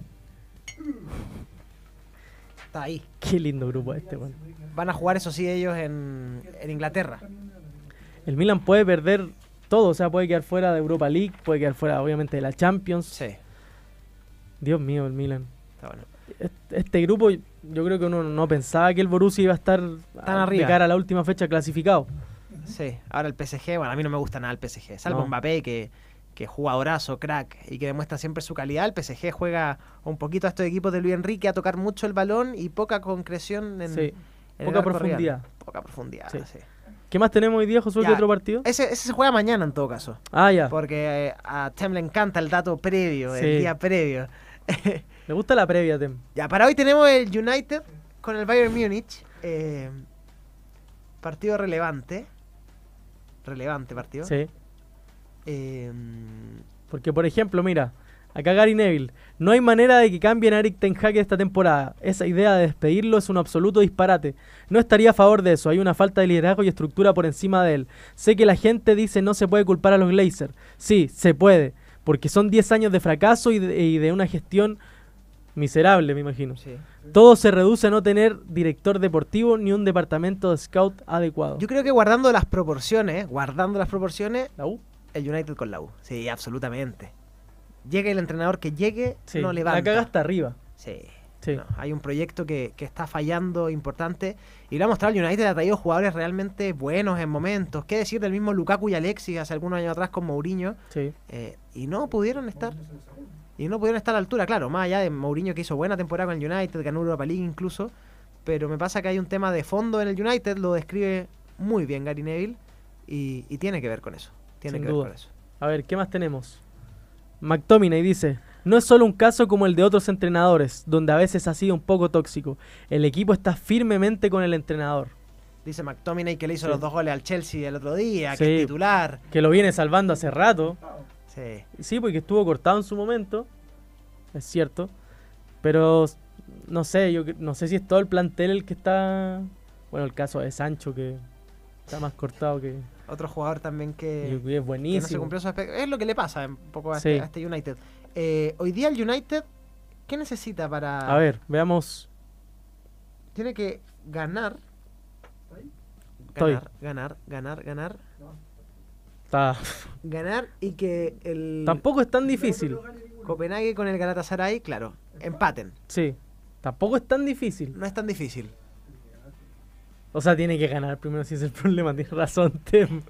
[SPEAKER 6] Está ahí.
[SPEAKER 7] Qué lindo grupo este, weón.
[SPEAKER 6] Van a jugar, eso sí, ellos en, en Inglaterra.
[SPEAKER 7] El Milan puede perder todo, o sea, puede quedar fuera de Europa League, puede quedar fuera, obviamente, de la Champions.
[SPEAKER 6] Sí.
[SPEAKER 7] Dios mío, el Milan.
[SPEAKER 6] Está bueno.
[SPEAKER 7] Este, este grupo, yo creo que uno no pensaba que el Borussia iba a estar a-
[SPEAKER 6] arriba.
[SPEAKER 7] de cara a la última fecha clasificado.
[SPEAKER 6] Sí, ahora el PSG, bueno, a mí no me gusta nada el PSG. Salvo
[SPEAKER 7] No.
[SPEAKER 6] Mbappé, que, que es jugadorazo, crack, y que demuestra siempre su calidad. El PSG juega un poquito a estos equipos de Luis Enrique a tocar mucho el balón y poca concreción en.
[SPEAKER 7] Sí,
[SPEAKER 6] en el
[SPEAKER 7] poca
[SPEAKER 6] arco rival.
[SPEAKER 7] profundidad.
[SPEAKER 6] Poca profundidad,
[SPEAKER 7] Sí.
[SPEAKER 6] sí.
[SPEAKER 7] ¿Qué más tenemos hoy día, Josué?
[SPEAKER 6] Ya,
[SPEAKER 7] ¿Qué otro partido?
[SPEAKER 6] Ese, ese se juega mañana en todo caso.
[SPEAKER 7] Ah, ya.
[SPEAKER 6] Porque eh, a Tem le encanta el dato previo, el
[SPEAKER 7] Sí.
[SPEAKER 6] día previo. <laughs>
[SPEAKER 7] Me gusta la previa, Tem.
[SPEAKER 6] Ya, para hoy tenemos el United con el Bayern Múnich. eh, partido relevante. Relevante partido.
[SPEAKER 7] Sí.
[SPEAKER 6] Eh,
[SPEAKER 7] Porque, por ejemplo, mira, acá Gary Neville, no hay manera de que cambien a Eric Ten Hag esta temporada. Esa idea de despedirlo es un absoluto disparate. No estaría a favor de eso. Hay una falta de liderazgo y estructura por encima de él. Sé que la gente dice no se puede culpar a los Glazers. Sí, se puede. Porque son 10 años de fracaso y de, y de una gestión miserable, me imagino. Todo se reduce a no tener director deportivo ni un departamento de scout adecuado.
[SPEAKER 6] Yo creo que guardando las proporciones, guardando las proporciones, el United con la U. Sí, absolutamente. Llegue el entrenador que llegue,
[SPEAKER 7] Sí,
[SPEAKER 6] no
[SPEAKER 7] la
[SPEAKER 6] levanta.
[SPEAKER 7] caga hasta arriba.
[SPEAKER 6] Sí.
[SPEAKER 7] Sí.
[SPEAKER 6] No, hay un proyecto que, que está fallando importante y lo ha mostrado el United, ha traído jugadores realmente buenos en momentos. ¿Qué decir del mismo Lukaku y Alexis hace algunos años atrás con Mourinho?
[SPEAKER 7] Sí.
[SPEAKER 6] Eh, y no pudieron estar. Y no pudieron estar a la altura, claro, más allá de Mourinho que hizo buena temporada con el United, ganó Europa League incluso. Pero me pasa que hay un tema de fondo en el United, lo describe muy bien Gary Neville y, y tiene que ver con eso. Tiene
[SPEAKER 7] Sin
[SPEAKER 6] que
[SPEAKER 7] duda.
[SPEAKER 6] ver con eso.
[SPEAKER 7] A ver, ¿qué más tenemos? McTominay dice, no es solo un caso como el de otros entrenadores, donde a veces ha sido un poco tóxico. El equipo está firmemente con el entrenador.
[SPEAKER 6] Dice McTominay que le hizo
[SPEAKER 7] Sí.
[SPEAKER 6] los dos goles al Chelsea el otro día, que
[SPEAKER 7] Sí.
[SPEAKER 6] es titular.
[SPEAKER 7] Que lo viene salvando hace rato.
[SPEAKER 6] Sí.
[SPEAKER 7] Sí, porque estuvo cortado en su momento. Es cierto. Pero no sé, yo cre- no sé si es todo el plantel el que está. Bueno, el caso de Sancho que está más cortado que.
[SPEAKER 6] Otro jugador también que,
[SPEAKER 7] Y que es
[SPEAKER 6] que no se
[SPEAKER 7] buenísimo.
[SPEAKER 6] cumplió su expect- Es lo que le pasa un poco a,
[SPEAKER 7] Sí.
[SPEAKER 6] este, a este United. Eh, hoy día el United, ¿qué necesita para...?
[SPEAKER 7] A ver, veamos.
[SPEAKER 6] Tiene que ganar.
[SPEAKER 7] Estoy.
[SPEAKER 6] Ganar, ganar, ganar, ganar.
[SPEAKER 7] Está-
[SPEAKER 6] Ganar y que el...
[SPEAKER 7] Tampoco es tan difícil.
[SPEAKER 6] Copenhague con el Galatasaray, claro. Empaten.
[SPEAKER 7] Sí. Tampoco es tan difícil.
[SPEAKER 6] No es tan difícil.
[SPEAKER 7] O sea, tiene que ganar primero si es el <laughs> problema. Tienes razón, <laughs> Tem.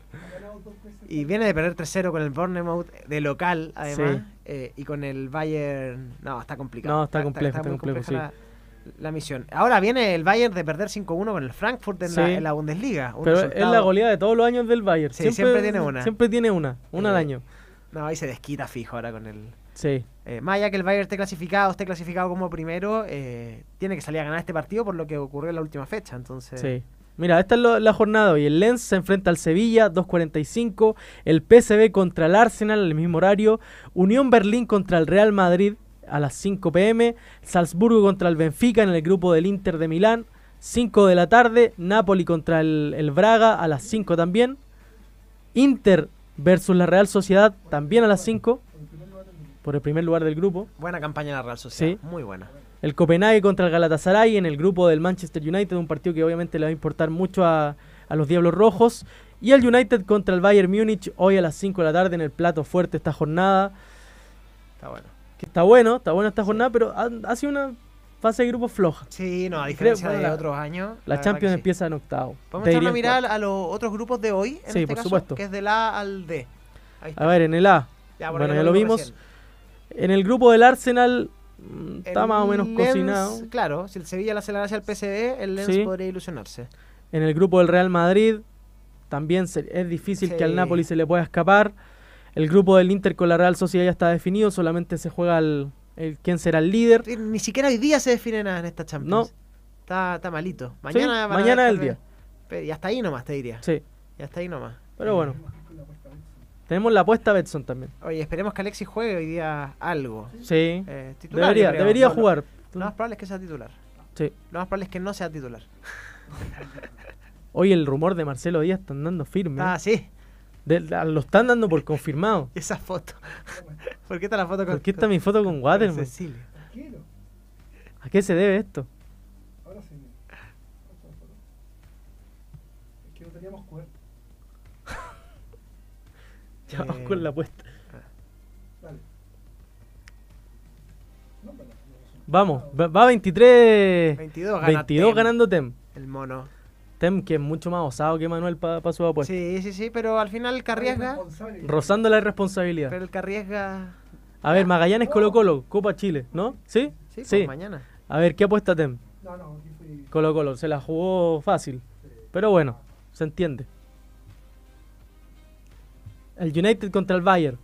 [SPEAKER 6] Y viene de perder 3-0 con el Bournemouth de local, además. eh, y con el Bayern. No, está complicado.
[SPEAKER 7] No, está complejo, está
[SPEAKER 6] muy
[SPEAKER 7] complejo,
[SPEAKER 6] compleja la, la misión. Ahora viene el Bayern de perder 5-1 con el Frankfurt en, la,
[SPEAKER 7] Sí.
[SPEAKER 6] en la Bundesliga. Un
[SPEAKER 7] Pero es la
[SPEAKER 6] resultado-
[SPEAKER 7] goleada de todos los años del Bayern.
[SPEAKER 6] Sí, siempre tiene una.
[SPEAKER 7] Siempre tiene una. Una al
[SPEAKER 6] Eh,
[SPEAKER 7] año.
[SPEAKER 6] No, ahí se desquita fijo ahora con el.
[SPEAKER 7] Sí.
[SPEAKER 6] Eh, más allá que el Bayern esté clasificado, esté clasificado como primero, eh, tiene que salir a ganar este partido por lo que ocurrió en la última fecha. Entonces,
[SPEAKER 7] Sí. Mira, esta es lo- la jornada hoy. El Lens se enfrenta al Sevilla, 2.45. El PSV contra el Arsenal, al mismo horario. Unión Berlín contra el Real Madrid a las 5 pm. Salzburgo contra el Benfica en el grupo del Inter de Milán. 5 de la tarde. Napoli contra el, el Braga a las 5 también. Inter versus la Real Sociedad también a las 5. Por el primer lugar del grupo.
[SPEAKER 6] buena campaña en la Real Sociedad.
[SPEAKER 7] Sí.
[SPEAKER 6] Muy buena.
[SPEAKER 7] El Copenhague contra el Galatasaray en el grupo del Manchester United, un partido que obviamente le va a importar mucho a, a los Diablos Rojos. Y el United contra el Bayern Múnich hoy a las 5 de la tarde en el plato fuerte esta jornada.
[SPEAKER 6] Está bueno.
[SPEAKER 7] Que está bueno, está buena esta jornada, pero ha, ha sido una fase de grupos floja.
[SPEAKER 6] Sí, no, a diferencia
[SPEAKER 7] bueno,
[SPEAKER 6] de
[SPEAKER 7] la-
[SPEAKER 6] otros años.
[SPEAKER 7] La,
[SPEAKER 6] verdad
[SPEAKER 7] Champions
[SPEAKER 6] que sí.
[SPEAKER 7] empieza en octavo.
[SPEAKER 6] Vamos a echar
[SPEAKER 7] Debería
[SPEAKER 6] una
[SPEAKER 7] en
[SPEAKER 6] mirada a los otros grupos de hoy, en
[SPEAKER 7] Sí,
[SPEAKER 6] este
[SPEAKER 7] por
[SPEAKER 6] caso,
[SPEAKER 7] supuesto.
[SPEAKER 6] que es del A al D. Ahí
[SPEAKER 7] cuarto.
[SPEAKER 6] está.
[SPEAKER 7] A ver, en el A.
[SPEAKER 6] Ya, bueno,
[SPEAKER 7] bueno,
[SPEAKER 6] ya
[SPEAKER 7] ya
[SPEAKER 6] lo
[SPEAKER 7] lo
[SPEAKER 6] vimos
[SPEAKER 7] vimos. En el grupo del Arsenal mm, está
[SPEAKER 6] El
[SPEAKER 7] más o menos
[SPEAKER 6] Lens,
[SPEAKER 7] cocinado.
[SPEAKER 6] Claro, si el Sevilla le hace la gracia al PSV, el Lens
[SPEAKER 7] Sí.
[SPEAKER 6] podría ilusionarse.
[SPEAKER 7] En el grupo del Real Madrid también se- es difícil que
[SPEAKER 6] Sí.
[SPEAKER 7] al Napoli se le pueda escapar. El grupo del Inter con la Real Sociedad ya está definido, solamente se juega el, el- quién será el líder.
[SPEAKER 6] Ni siquiera hoy día se define nada en esta Champions.
[SPEAKER 7] No.
[SPEAKER 6] Está, está malito.
[SPEAKER 7] Sí,
[SPEAKER 6] Mañana, van a
[SPEAKER 7] mañana
[SPEAKER 6] dar-
[SPEAKER 7] es el día.
[SPEAKER 6] Pero- Y hasta ahí nomás, te diría.
[SPEAKER 7] Sí,
[SPEAKER 6] Y hasta ahí nomás.
[SPEAKER 7] pero bueno. Tenemos la apuesta Betson también.
[SPEAKER 6] Oye, esperemos que Alexis juegue hoy día algo.
[SPEAKER 7] Sí.
[SPEAKER 6] Eh, titular,
[SPEAKER 7] Debería,
[SPEAKER 6] yo creo.
[SPEAKER 7] debería
[SPEAKER 6] No, no.
[SPEAKER 7] jugar.
[SPEAKER 6] Lo más probable es que sea titular.
[SPEAKER 7] Sí.
[SPEAKER 6] Lo más probable es que no sea titular.
[SPEAKER 7] Hoy el rumor de Marcelo Díaz están dando firme. ¿eh?
[SPEAKER 6] Ah, sí. <laughs>
[SPEAKER 7] De- la- lo están dando por confirmado.
[SPEAKER 6] Esa foto. <laughs> ¿Por qué está la foto con
[SPEAKER 7] ¿Por qué está mi foto con Waterman?
[SPEAKER 6] Cecilio?
[SPEAKER 7] ¿A qué se debe esto?
[SPEAKER 4] Que no teníamos cuerpo.
[SPEAKER 7] <laughs> Ya vamos
[SPEAKER 4] Eh,
[SPEAKER 7] con la apuesta. Vamos, va va 23.
[SPEAKER 6] 22 gana
[SPEAKER 7] 22
[SPEAKER 6] Tem.
[SPEAKER 7] ganando Tem.
[SPEAKER 6] El mono.
[SPEAKER 7] Tem que es mucho más osado que Manuel para su apuesta.
[SPEAKER 6] Sí, sí, sí, pero al final el que arriesga.
[SPEAKER 7] Rozando la irresponsabilidad.
[SPEAKER 6] Pero el que arriesga.
[SPEAKER 7] A ver,
[SPEAKER 4] Oh.
[SPEAKER 7] Magallanes Colo Colo, Copa Chile, ¿no? ¿Sí?
[SPEAKER 6] Sí, pues, mañana.
[SPEAKER 7] A ver, ¿qué apuesta Tem?
[SPEAKER 4] No, no, aquí fui.
[SPEAKER 7] Colo Colo, se la jugó fácil. Pero bueno, se entiende. El United contra el Bayern.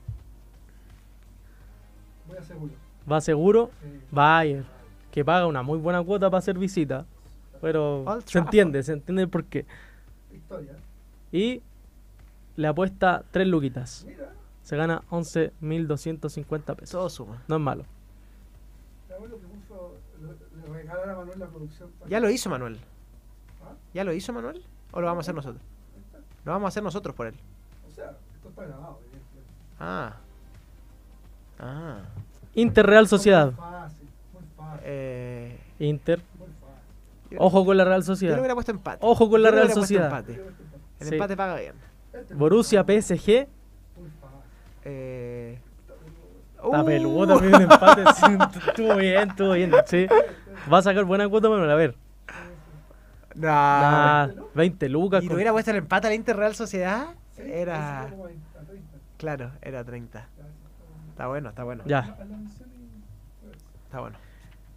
[SPEAKER 4] Voy a seguro.
[SPEAKER 7] Va seguro. Bayern. Que paga una muy buena cuota para hacer visita. Pero
[SPEAKER 4] Old
[SPEAKER 7] se
[SPEAKER 4] Trafford.
[SPEAKER 7] entiende, se entiende por qué.
[SPEAKER 4] Victoria.
[SPEAKER 7] Y le apuesta 3 luquitas. Se gana 11.250 pesos.
[SPEAKER 6] Todo suma.
[SPEAKER 7] No es malo.
[SPEAKER 4] La abuelo que puso, le, le regalar a Manuel la producción. para-
[SPEAKER 6] Ya lo hizo Manuel. ¿Ya lo hizo Manuel? ¿O lo vamos a hacer nosotros? Lo vamos a hacer nosotros por él.
[SPEAKER 4] O sea, esto está grabado. evidentemente.
[SPEAKER 6] Ah. Ah.
[SPEAKER 7] Inter Real Sociedad.
[SPEAKER 4] Fácil, muy fácil.
[SPEAKER 6] Eh,
[SPEAKER 7] Inter. Ojo con la Real Sociedad.
[SPEAKER 6] Yo le hubiera puesto empate.
[SPEAKER 7] Ojo con la
[SPEAKER 6] Yo le
[SPEAKER 7] Real
[SPEAKER 6] hubiera puesto
[SPEAKER 7] Sociedad.
[SPEAKER 6] empate. El
[SPEAKER 7] Sí.
[SPEAKER 6] empate paga bien.
[SPEAKER 7] Borussia PSG.
[SPEAKER 6] Eh,
[SPEAKER 7] Está
[SPEAKER 6] uh,
[SPEAKER 7] peludo
[SPEAKER 6] <laughs>
[SPEAKER 7] también un empate. <laughs> sí, estuvo bien, estuvo bien. Sí. Va a sacar buena cuota, Manuel. A ver.
[SPEAKER 6] Nah.
[SPEAKER 7] Nah, 20 lucas.
[SPEAKER 6] Ah, Y le
[SPEAKER 7] con-
[SPEAKER 6] hubiera puesto el empate al Inter Real Sociedad. Era. Claro, era 30. Está bueno, está bueno.
[SPEAKER 7] Ya.
[SPEAKER 6] Está bueno.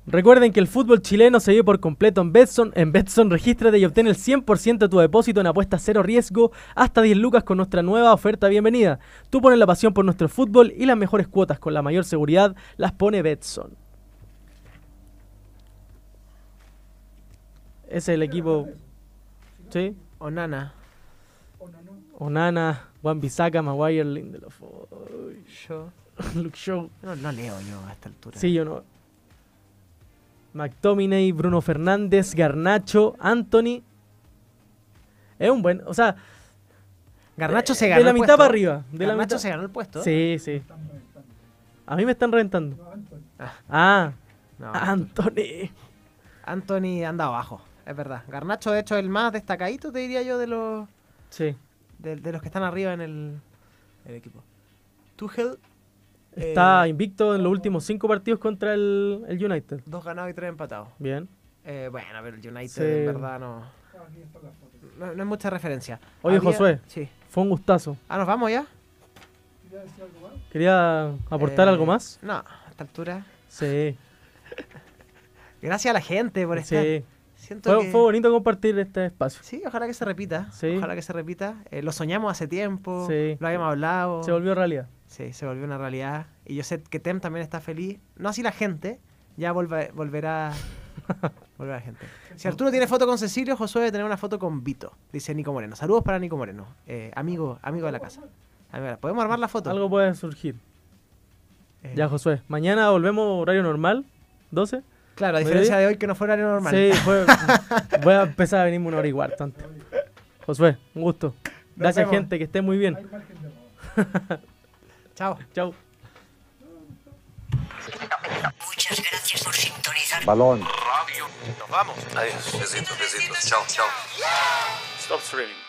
[SPEAKER 7] Recuerden que el fútbol chileno se vive por completo en Betson. En Betson, regístrate y obtén el 100% de tu depósito en apuestas cero riesgo hasta 10 lucas con nuestra nueva oferta bienvenida. Tú pones la pasión por nuestro fútbol y las mejores cuotas con la mayor seguridad las pone Betson. Ese es el equipo. ¿Sí?
[SPEAKER 6] Onana.
[SPEAKER 7] Onana, Juan Bisaca, Maguire, Lindelof. <laughs> Uy.
[SPEAKER 6] Yo.
[SPEAKER 7] Luke Shaw.
[SPEAKER 6] No, no leo yo a esta altura.
[SPEAKER 7] Sí, yo no. McTominay, Bruno Fernández, Garnacho, Anthony. Es un buen. O sea. eh,
[SPEAKER 6] Garnacho se
[SPEAKER 7] de-
[SPEAKER 6] ganó
[SPEAKER 7] De la
[SPEAKER 6] el
[SPEAKER 7] mitad
[SPEAKER 6] puesto.
[SPEAKER 7] para arriba. De la
[SPEAKER 6] Garnacho
[SPEAKER 7] mitad-
[SPEAKER 6] se ganó el puesto.
[SPEAKER 7] Sí, sí. A mí me están reventando.
[SPEAKER 6] Ah.
[SPEAKER 7] Ah.
[SPEAKER 6] No.
[SPEAKER 7] Anthony.
[SPEAKER 6] Anthony anda abajo, es verdad. Garnacho, de hecho, es el más destacadito, te diría yo, de los,
[SPEAKER 7] Sí.
[SPEAKER 6] de, de los que están arriba en el, el equipo. Tuchel, eh,
[SPEAKER 7] Está invicto en los últimos cinco partidos contra el, el United.
[SPEAKER 6] dos ganados y tres empatados.
[SPEAKER 7] Bien.
[SPEAKER 6] Eh, bueno, pero el United,
[SPEAKER 7] Sí.
[SPEAKER 6] en verdad, no, no, no es mucha referencia.
[SPEAKER 7] Oye,
[SPEAKER 6] Había-
[SPEAKER 7] Josué.
[SPEAKER 6] Sí.
[SPEAKER 7] Fue un gustazo.
[SPEAKER 6] Ah, ¿nos vamos ya?
[SPEAKER 7] ¿Quería aportar
[SPEAKER 6] Eh,
[SPEAKER 7] algo más?
[SPEAKER 6] No, a esta altura.
[SPEAKER 7] Sí.
[SPEAKER 6] Gracias a la gente por estar.
[SPEAKER 7] Sí.
[SPEAKER 6] Siento
[SPEAKER 7] Fue,
[SPEAKER 6] que-
[SPEAKER 7] fue bonito compartir este espacio.
[SPEAKER 6] Sí, ojalá que se repita.
[SPEAKER 7] Sí.
[SPEAKER 6] Ojalá que se repita. Eh, lo soñamos hace tiempo.
[SPEAKER 7] Sí.
[SPEAKER 6] Lo habíamos hablado.
[SPEAKER 7] Se volvió realidad.
[SPEAKER 6] Sí, se volvió una realidad. Y yo sé que Tem también está feliz. No así la gente. Ya volva- volverá. <laughs> volverá la gente. Si Arturo tiene foto con Cecilio, Josué debe tener una foto con Vito. Dice Nico Moreno. Saludos para Nico Moreno. Eh, amigo, amigo de la casa. A ver, ¿podemos armar la foto?
[SPEAKER 7] Algo puede surgir.
[SPEAKER 6] Eh,
[SPEAKER 7] Ya, Josué. Mañana volvemos horario normal. 12.
[SPEAKER 6] Claro, a diferencia
[SPEAKER 7] ¿Sí?
[SPEAKER 6] de hoy que no fue horario normal.
[SPEAKER 7] Sí,
[SPEAKER 6] <laughs>
[SPEAKER 7] fue- voy a empezar a venirme una hora y cuarto antes. Josué, un gusto. Gracias,
[SPEAKER 6] vemos.
[SPEAKER 7] gente. Que esté muy bien.
[SPEAKER 6] Chao.
[SPEAKER 7] Chao.
[SPEAKER 1] Muchas gracias por sintonizar.
[SPEAKER 5] Balón.
[SPEAKER 3] Nos vamos. Adiós. Besitos, besitos. Chao, chao. Stop streaming.